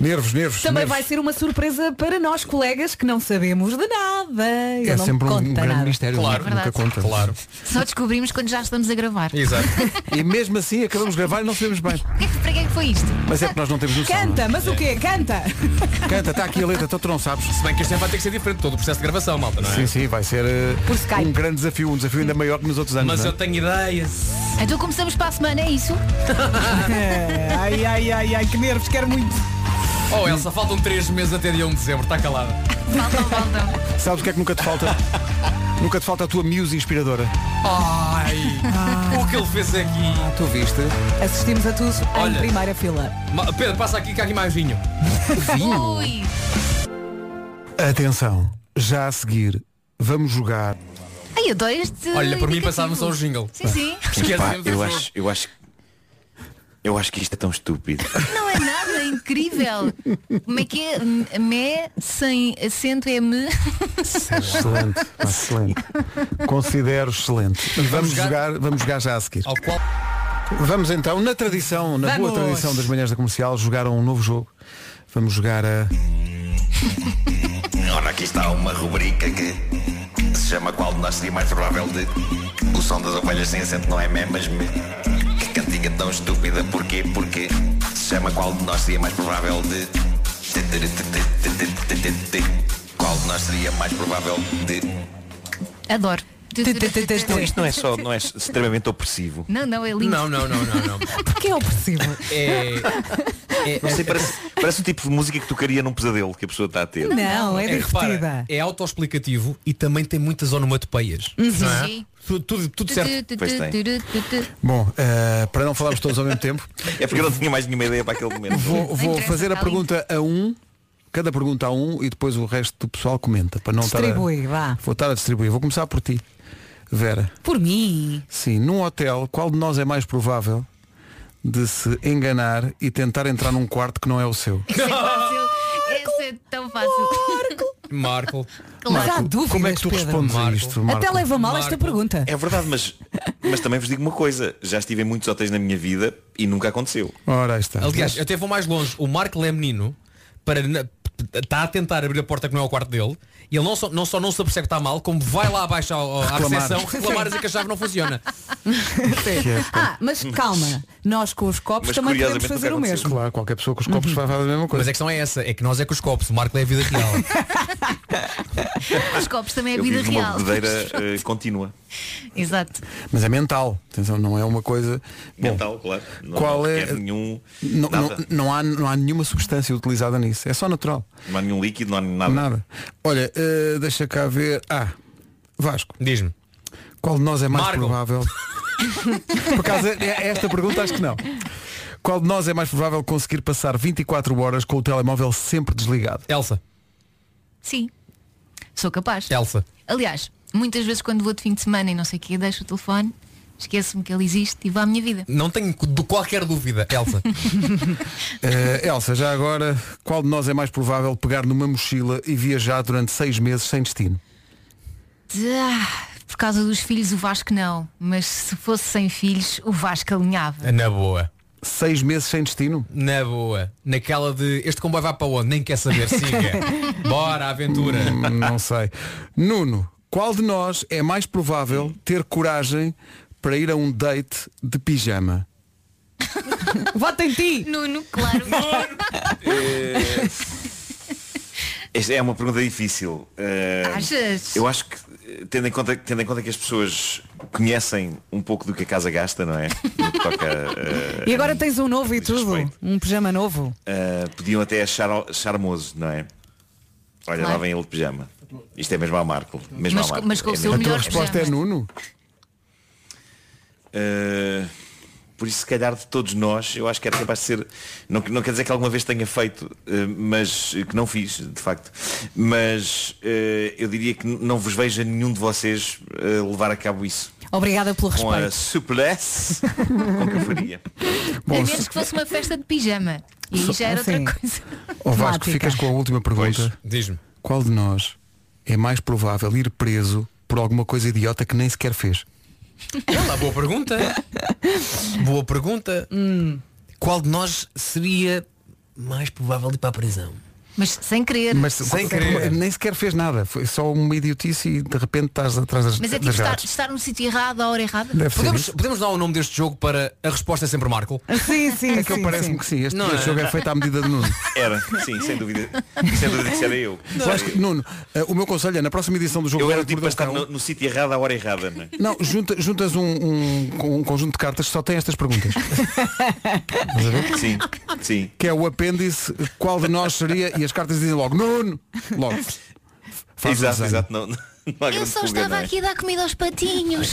S1: Nervos, nervos.
S5: Também
S1: nervos.
S5: vai ser uma surpresa para nós, colegas, que não sabemos de nada. Ele
S1: É
S5: não
S1: sempre um,
S5: conta
S1: um grande
S5: nada.
S1: mistério,
S6: Claro,
S1: nunca, nunca
S6: verdade.
S1: conta.
S3: Claro.
S6: Só descobrimos quando já estamos a gravar. <laughs>
S3: Exato.
S1: E mesmo assim acabamos de gravar e não sabemos bem.
S6: O que é que- Para que é que foi isto?
S1: Mas é porque nós não temos noção.
S5: Canta, mas o quê? Canta!
S1: Canta, está aqui a letra, então tu não sabes.
S3: Se bem que este ano vai ter que ser diferente todo o processo de gravação, malta, não é?
S1: Sim, sim, vai ser eh, um grande desafio, um desafio ainda maior que nos outros anos.
S3: Mas
S1: não
S3: eu
S1: é?
S3: tenho ideias.
S6: Então começamos para a semana, é isso?
S5: ai, ai, ai, ai, que nervos, quero muito.
S3: Oh Elsa, faltam 3 meses até dia 1 de dezembro, está calada.
S5: Então
S6: Faltam, faltam.
S1: Sabes o que é que nunca te <laughs> falta? nunca te falta a tua muse inspiradora.
S3: Ai, o que ele fez aqui.
S1: Tu viste?
S5: Assistimos a tudo em
S3: Olha.
S5: primeira fila.
S3: Ma- Pedro, passa aqui que há aqui mais vinho.
S6: Ui.
S1: Atenção, já a seguir vamos jogar.
S6: Ai, adoro este.
S3: Olha, por mim
S6: indicativo.
S3: passava-me só o jingle.
S6: Sim, sim.
S3: é
S10: Epá, eu acho, eu acho, eu acho que isto é tão estúpido.
S6: Não é nada, é incrível. Como é que é? Me sem acento é me.
S1: Excelente, pá, excelente. Considero excelente. E vamos jogar, vamos jogar já a seguir.
S3: Ao qual...
S1: Vamos então, na tradição, na boa
S5: Vamos.
S1: tradição das manhãs da comercial, jogar a um novo jogo. Vamos jogar a.
S21: Ora, aqui está uma rubrica que se chama Qual de nós seria mais provável de O som das ovelhas sem acento não é mé, mas me Que cantiga tão estúpida, porquê? Porque se chama Qual de nós seria mais provável de Qual de nós seria mais provável de
S6: Adoro.
S10: Não, isto não é só, não é extremamente opressivo.
S6: Não, não, é lindo.
S3: Não, não, não, não, não.
S5: Porque é opressivo.
S3: É. é-
S10: Não sei, parece, parece o tipo de música que tocaria num pesadelo que a pessoa está a ter.
S5: Não, é
S3: É, repara,
S5: divertida.
S3: é autoexplicativo e também tem muitas onomatopeias.
S6: Hum.
S3: não é?
S6: Sim.
S3: Tu- Tudo, tudo certo.
S1: Bom, eh, para não falarmos todos ao mesmo tempo,
S10: É porque eu não tinha mais nenhuma ideia para aquele momento.
S1: vou, vou
S6: interessa,
S1: fazer a
S6: tá
S1: pergunta a um, cada pergunta a um e depois o resto do pessoal comenta. Para não estar a-
S5: Distribui, vá.
S1: vou estar a distribuir. Vou começar por ti, Vera.
S5: Por mim.
S1: Sim, num hotel, qual de nós é mais provável de se enganar
S6: <laughs>
S1: e tentar entrar num quarto que não é o seu?
S6: Isso é fácil. Esse é tão fácil.
S3: Marco.
S5: Mas há dúvidas,
S1: como é que tu
S5: Pedro?
S1: respondes a isto, Marco?
S5: Até leva mal esta pergunta.
S10: É verdade, mas, mas também vos digo uma coisa. Já estive em muitos hotéis na minha vida e nunca aconteceu.
S1: Ora, aí está.
S3: Aliás, eu até vou mais longe. O Marco Lemonino para na- está a tentar abrir a porta que não é o quarto dele e ele não só não, só não se apercebe que está mal, como vai lá abaixo ao, ao- à
S1: Reclamar.
S3: recepção reclamar e dizer que a chave não funciona.
S5: Ah, mas calma, nós com os copos
S3: Mas
S5: também podemos
S3: curiosamente
S5: fazer o
S3: nunca
S5: mesmo.
S3: aconteceu.
S1: Claro, qualquer pessoa com os copos vai fazer a mesma
S3: Mas a questão é essa, é que nós é com os copos, o Marco é a vida real.
S6: Os copos também é
S10: Eu
S6: vida
S10: vivo numa
S6: real.
S10: bebedeira
S5: <laughs>
S10: eh, contínua.
S6: <laughs> Exato.
S1: Mas é mental. Atenção, não é uma coisa. Bom,
S10: Mental, claro. Não,
S1: qual
S10: não
S1: é-
S10: requer nenhum,
S1: Não,
S10: nada.
S1: não- não há, não há nenhuma substância utilizada nisso. É só natural.
S10: Não há nenhum líquido, não há nada.
S1: Nada. Olha, eh, deixa cá ver. Ah, Vasco.
S3: Diz-me.
S1: Qual de nós é mais
S3: Margo.
S1: provável? Por acaso, é- é esta pergunta acho que não. Qual de nós é mais provável conseguir passar 24 horas com o telemóvel sempre desligado?
S3: Elsa.
S6: Sim. Sou capaz.
S3: Elsa.
S6: Aliás, muitas vezes quando vou de fim de semana e não sei o quê, deixo o telefone, esqueço-me que ele existe e vou à minha vida.
S3: Não tenho de qualquer dúvida, Elsa.
S1: Eh, Elsa, já agora, qual de nós é mais provável pegar numa mochila e viajar durante seis meses sem destino?
S6: Ah, Por causa dos filhos, o Vasco não. Mas se fosse sem filhos, o Vasco alinhava.
S3: <laughs> Na boa.
S1: Seis meses sem destino?
S3: Na boa. Naquela de este comboio vai para onde? Nem quer saber, siga. <laughs> Bora, aventura.
S1: Hum, não sei. <laughs> Nuno, qual de nós é mais provável ter coragem para ir a um date de pijama?
S5: Vota em ti!
S6: Nuno, claro.
S10: Esta é uma pergunta difícil. Eh,
S6: Achas?
S10: Eu acho que, eh, tendo em, conta, tendo em conta que as pessoas conhecem um pouco do que a casa gasta, não é? No
S5: <laughs>
S10: que toca, eh,
S5: E agora tens um novo e tudo. Um pijama novo.
S10: eh, podiam até achar charmoso, não é? Olha, lá
S6: Claro.
S10: vem ele de pijama. Isto é mesmo ao Marco. Mesmo
S6: Mas
S10: ao
S6: co-
S10: Marco.
S6: mas com o
S10: É
S6: seu
S10: mesmo.
S1: a tua resposta é Nuno?
S10: Uh, por isso, se calhar, de todos nós, eu acho que era capaz de ser. Não, não quer dizer que alguma vez tenha feito, uh, mas que não fiz, de facto. Mas uh, eu diria que n- não vos vejo a nenhum de vocês uh, levar a cabo isso.
S5: Obrigada pelo
S10: Com a
S5: respeito.
S10: suplesse, com que eu faria.
S6: a menos que fosse uma festa de pijama. E aí já era
S5: Sim.
S6: outra coisa.
S1: Ó Vasco, ficas com a última pergunta.
S3: Diz-me.
S1: Qual de nós é mais provável ir preso por alguma coisa idiota que nem sequer fez?
S3: Olá, boa pergunta. Hum. Boa pergunta. Qual de nós seria mais provável de ir para a prisão?
S6: Mas sem querer.
S1: Mas
S3: Sem
S1: qualquer-
S3: querer.
S1: nem sequer fez nada. Foi só uma idiotice e de repente estás atrás das,
S6: Mas é tipo
S1: das
S6: estar,
S1: grades.
S6: estar no sítio errado, à hora errada.
S1: Deve ser
S3: Podemos,
S1: isso.
S3: podemos dar o nome deste jogo para a resposta é sempre Marco?
S5: <laughs> Sim, sim,
S1: É que eu parece-me que sim. Este
S3: Não é?
S1: jogo é feito à medida de Nuno.
S10: Era, sim, sem dúvida. Sem dúvida que isso era eu.
S1: Eu acho que, Nuno, eh, o meu conselho é na próxima edição do jogo
S10: Eu era o
S1: Guarda
S10: tipo para estar
S1: Cão-
S10: no, no sítio errado à hora errada, não é?
S1: Não, junta- juntas um, um- com um conjunto de cartas que só tem estas perguntas. Estás a ver?
S10: Sim, sim.
S1: Que é o apêndice, qual de nós seria, e as cartas dizem logo, Nuno! Logo. Faz o
S10: exato,
S1: desenho.
S10: exato. Não, <laughs> não há
S6: Eu
S10: grande
S6: só
S10: fuga,
S6: estava
S10: não é?
S6: aqui a dar comida aos patinhos.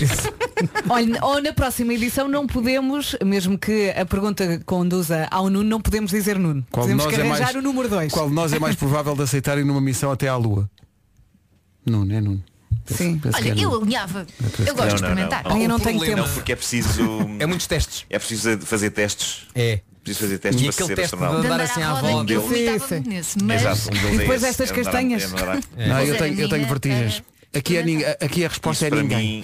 S5: Olha, ou na próxima edição não podemos, mesmo que a pergunta conduza ao Nuno, não podemos dizer Nuno.
S1: Qual de
S5: podemos
S1: nós,
S5: que
S1: é
S5: arranjar
S1: mais,
S5: o número 2.
S1: qual de nós é mais provável de aceitarem numa missão até à Lua? Nuno, é Nuno. Penso-
S5: Sim.
S1: penso que é
S6: Olha, eu
S1: Nuno.
S6: alinhava. Eu gosto de experimentar.
S5: Eu não
S10: Há um
S5: tenho
S10: problema.
S5: tempo.
S10: Não, porque é preciso.
S3: É muitos testes.
S10: É preciso fazer testes.
S3: É.
S10: Preciso fazer testes
S3: E
S10: para
S3: aquele
S10: ser
S3: teste de
S10: astronauta.
S3: andar assim à
S6: roda,
S3: volta.
S6: que eu
S10: Sim,
S6: vomitava
S5: sim.
S6: muito nesse, mas
S10: Exato, um deles
S5: E depois
S10: é esse,
S5: estas
S10: é andar-
S5: castanhas.
S10: é andar-
S1: Não, eu
S6: Mas
S1: tenho, eu
S6: era
S1: tenho
S6: minha,
S1: vertigens. Aqui, é nin- aqui a resposta
S10: Isso
S1: é
S10: para
S1: ninguém.
S10: mim.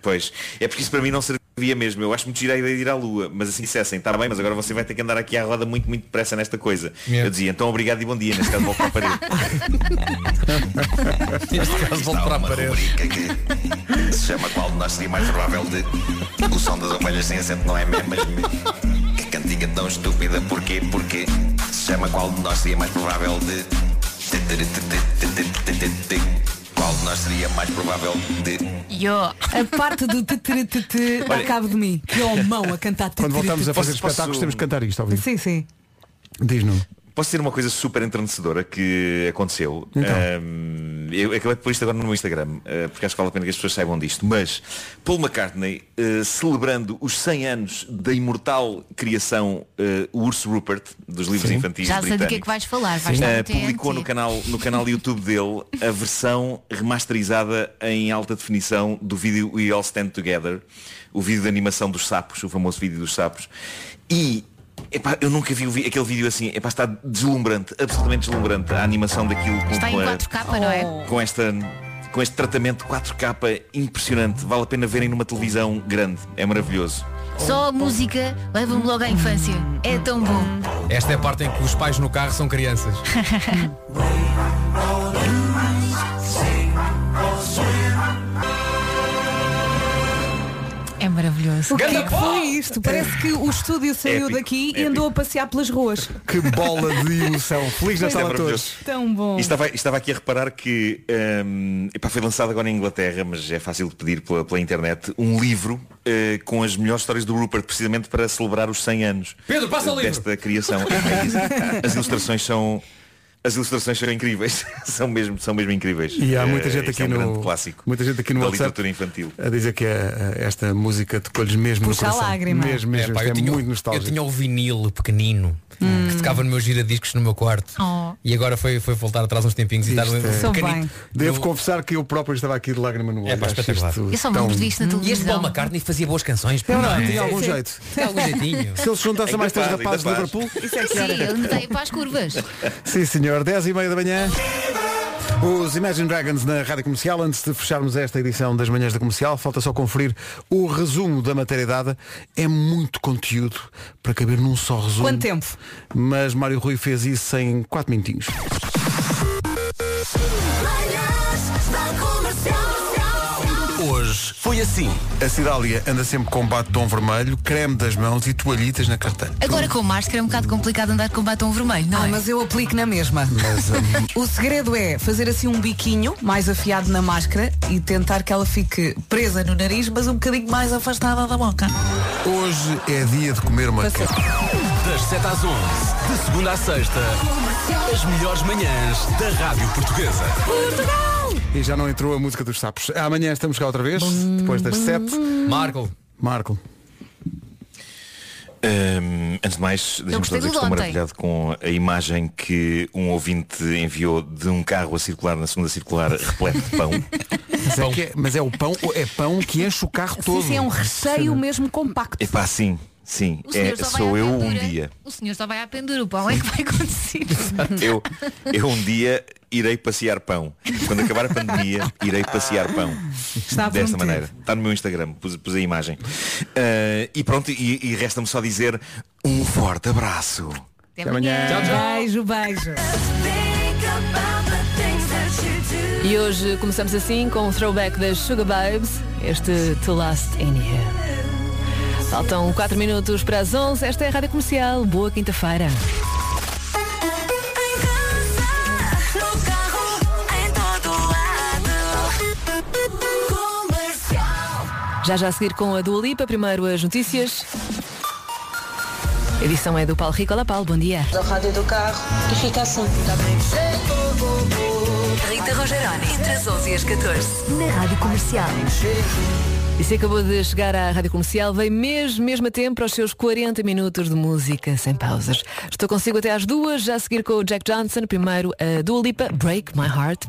S10: Pois. É porque isso para mim não servia mesmo. Eu acho muito gira a ideia de ir à Lua. Mas assim dissessem, está bem, mas agora você vai ter que andar aqui à roda muito, muito depressa nesta coisa.
S3: Yeah.
S10: Eu dizia, então obrigado e bom dia, neste caso vou para a parede.
S3: Neste caso volto para a parede.
S21: rubrica que se chama Qual de nós seria mais provável de O som das ovelhas sem acento não é mesmo mas Que cantiga tão estúpida, porquê? Porque se chama Qual de nós seria mais provável de Qual de nós seria mais provável de
S6: Yo.
S5: A parte do teteretetê dá
S21: Olha.
S5: cabo de mim. Que é o mão a cantar
S1: Quando voltamos a fazer
S10: Posso- posso-
S1: espetáculos temos que cantar isto, ao
S5: teteretetê.
S1: vivo.
S5: Sim, sim.
S1: Diz Nuno.
S10: Posso dizer uma coisa super enternecedora que aconteceu?
S1: Então.
S10: Ahm, eu acabei de pôr isto agora no meu Instagram, ah, porque acho que vale a pena que as pessoas saibam disto. Mas Paul McCartney, ah, celebrando os 100 anos da imortal criação ah, O Urso Rupert, dos livros infantis
S6: Já sei do que é
S10: britânicos,
S6: que vais falar. Vais
S10: ah,
S6: estar no
S10: publicou no
S6: TNT.
S10: canal, no canal YouTube dele a versão remasterizada em alta definição do vídeo We All Stand Together, o vídeo de animação dos sapos, o famoso vídeo dos sapos. E Epá, eu nunca vi o vi- aquele vídeo assim. Epá, está deslumbrante, absolutamente deslumbrante a animação daquilo com,
S6: Está em
S10: com a-
S6: 4K, não é?
S10: com esta com este tratamento 4K impressionante. Vale a pena verem numa televisão grande. É maravilhoso.
S6: Só a música leva-me logo à infância. É tão bom.
S3: Esta é a parte em que os pais no carro são crianças.
S6: É maravilhoso.
S5: O que é que foi isto? Parece que o estúdio saiu
S10: Épico,
S5: daqui e
S10: épico.
S5: andou a passear pelas ruas.
S1: Que bola de emoção. Feliz
S10: Isto é
S1: Natal a
S10: maravilhoso.
S1: todos.
S5: Tão bom.
S10: E estava, estava aqui a reparar que hum, epá, foi lançado agora em Inglaterra, mas é fácil de pedir pela, pela internet, um livro eh, com as melhores histórias do Rupert, precisamente para celebrar os 100 anos
S3: Pedro, passa o
S10: eh,
S3: livro.
S10: desta
S1: <laughs>
S10: criação. É isso. as ilustrações são. As ilustrações são incríveis, <laughs> são mesmo, são mesmo incríveis.
S1: E há muita
S10: Eh,
S1: gente aqui
S10: este é um
S1: no
S10: grande clássico
S1: muita gente aqui no
S10: da
S1: WhatsApp
S10: literatura infantil.
S1: a dizer que eh, esta música tocou-lhes mesmo
S5: Puxa a
S1: no coração.
S5: lágrima.
S1: Mesmo, mesmo.
S3: É, pá,
S1: Isto é
S3: eu tinha-
S1: muito nostálgico.
S3: Eu tinha o vinil pequenino que tocava no meu giradiscos no meu quarto.
S6: Oh.
S3: E agora foi, foi voltar atrás uns tempinhos e estar
S1: Isto é-
S3: um pequenino.
S1: Devo confessar que eu próprio estava aqui de lágrima no olho.
S3: É pá,
S1: Acho
S3: espetacular.
S1: isto
S6: Eu só me
S1: tão-
S6: lembro disto na
S3: E este Paul
S6: televisão.
S3: McCartney fazia boas canções.
S1: É
S3: pá,
S1: verdade,
S3: não é?
S1: tinha algum
S5: sim.
S1: jeito.
S3: Tinha algum jeitinho.
S1: Se eles juntassem
S10: Ainda
S1: mais três
S10: faz, ainda
S1: rapazes de
S10: faz.
S1: Liverpool.
S5: Isso é que
S6: Sim, eu notei para as curvas.
S1: Sim, senhor. 10 e meia da manhã. Os Imagine Dragons na Rádio Comercial. Antes de fecharmos esta edição das manhãs da Comercial, falta só conferir o resumo da matéria dada. É muito conteúdo para caber num só resumo.
S5: Quanto tempo?
S1: Mas Mário Rui fez isso em 4 minutinhos.
S2: Manhãs da Comercial.
S1: Hoje foi assim. A Cidália anda sempre com batom vermelho, creme das mãos e toalhitas na carteira.
S6: Agora com máscara é um bocado complicado andar com batom vermelho, não
S5: Ah,
S6: é?
S5: mas eu aplico na mesma.
S1: Mas, hum,
S5: O segredo é fazer assim um biquinho mais afiado na máscara e tentar que ela fique presa no nariz, mas um bocadinho mais afastada da boca.
S1: hoje é dia de comer uma
S5: Passou.
S1: carne.
S20: <laughs> Das 7 às 11, de segunda à sexta, as melhores manhãs da Rádio Portuguesa.
S1: E já não entrou a música dos sapos. Amanhã estamos cá outra vez, depois das 7.
S3: Marco,
S1: Marco.
S10: Hum, antes de mais, deixa-me só
S6: gostei
S10: dizer que
S6: do
S10: estou
S6: ontem.
S10: maravilhado com a imagem que um ouvinte enviou de um carro a circular na segunda circular repleto de pão.
S1: <laughs> Mas é, que é- mas é o pão, é pão que enche o carro todo.
S5: Sim, sim, é um recheio mesmo compacto.
S10: Epá, sim, sim.
S6: O senhor
S10: É,
S6: só vai
S10: sou
S6: à
S10: eu um
S6: pendura.
S10: dia.
S6: O senhor só vai à pendura, o pão é que vai acontecer.
S10: Eu, eu um dia irei passear pão. Quando acabar a pandemia, irei passear pão.
S5: Está
S10: Desta
S5: prometido.
S10: maneira. Está no meu Instagram, pus, pus a imagem. Ah, e pronto, e, e resta-me só dizer um forte abraço.
S6: Até amanhã.
S1: É-
S5: Beijo, beijo.
S2: Think about the things that you do.
S7: E hoje começamos assim com o throwback das Sugar Babes, este To Last In You. Faltam 4 minutos para as 11, esta é a Rádio Comercial. Boa quinta-feira.
S2: Em casa, no carro, em todo lado. Comercial.
S7: Já já a seguir com a Dua Lipa, primeiro as notícias. A edição é do Paulo Rico. Olá Paulo, bom dia. Tá
S22: da rádio do carro e fica assim.
S15: Rita Rogeroni, entre as 11 e as 14, na Rádio Comercial.
S7: E se acabou de chegar à Rádio Comercial, vem mesmo, mesmo a tempo para os seus 40 minutos de música sem pausas. Estou consigo até às duas, já a seguir com o Jack Johnson, primeiro a Dua Lipa, Break My Heart.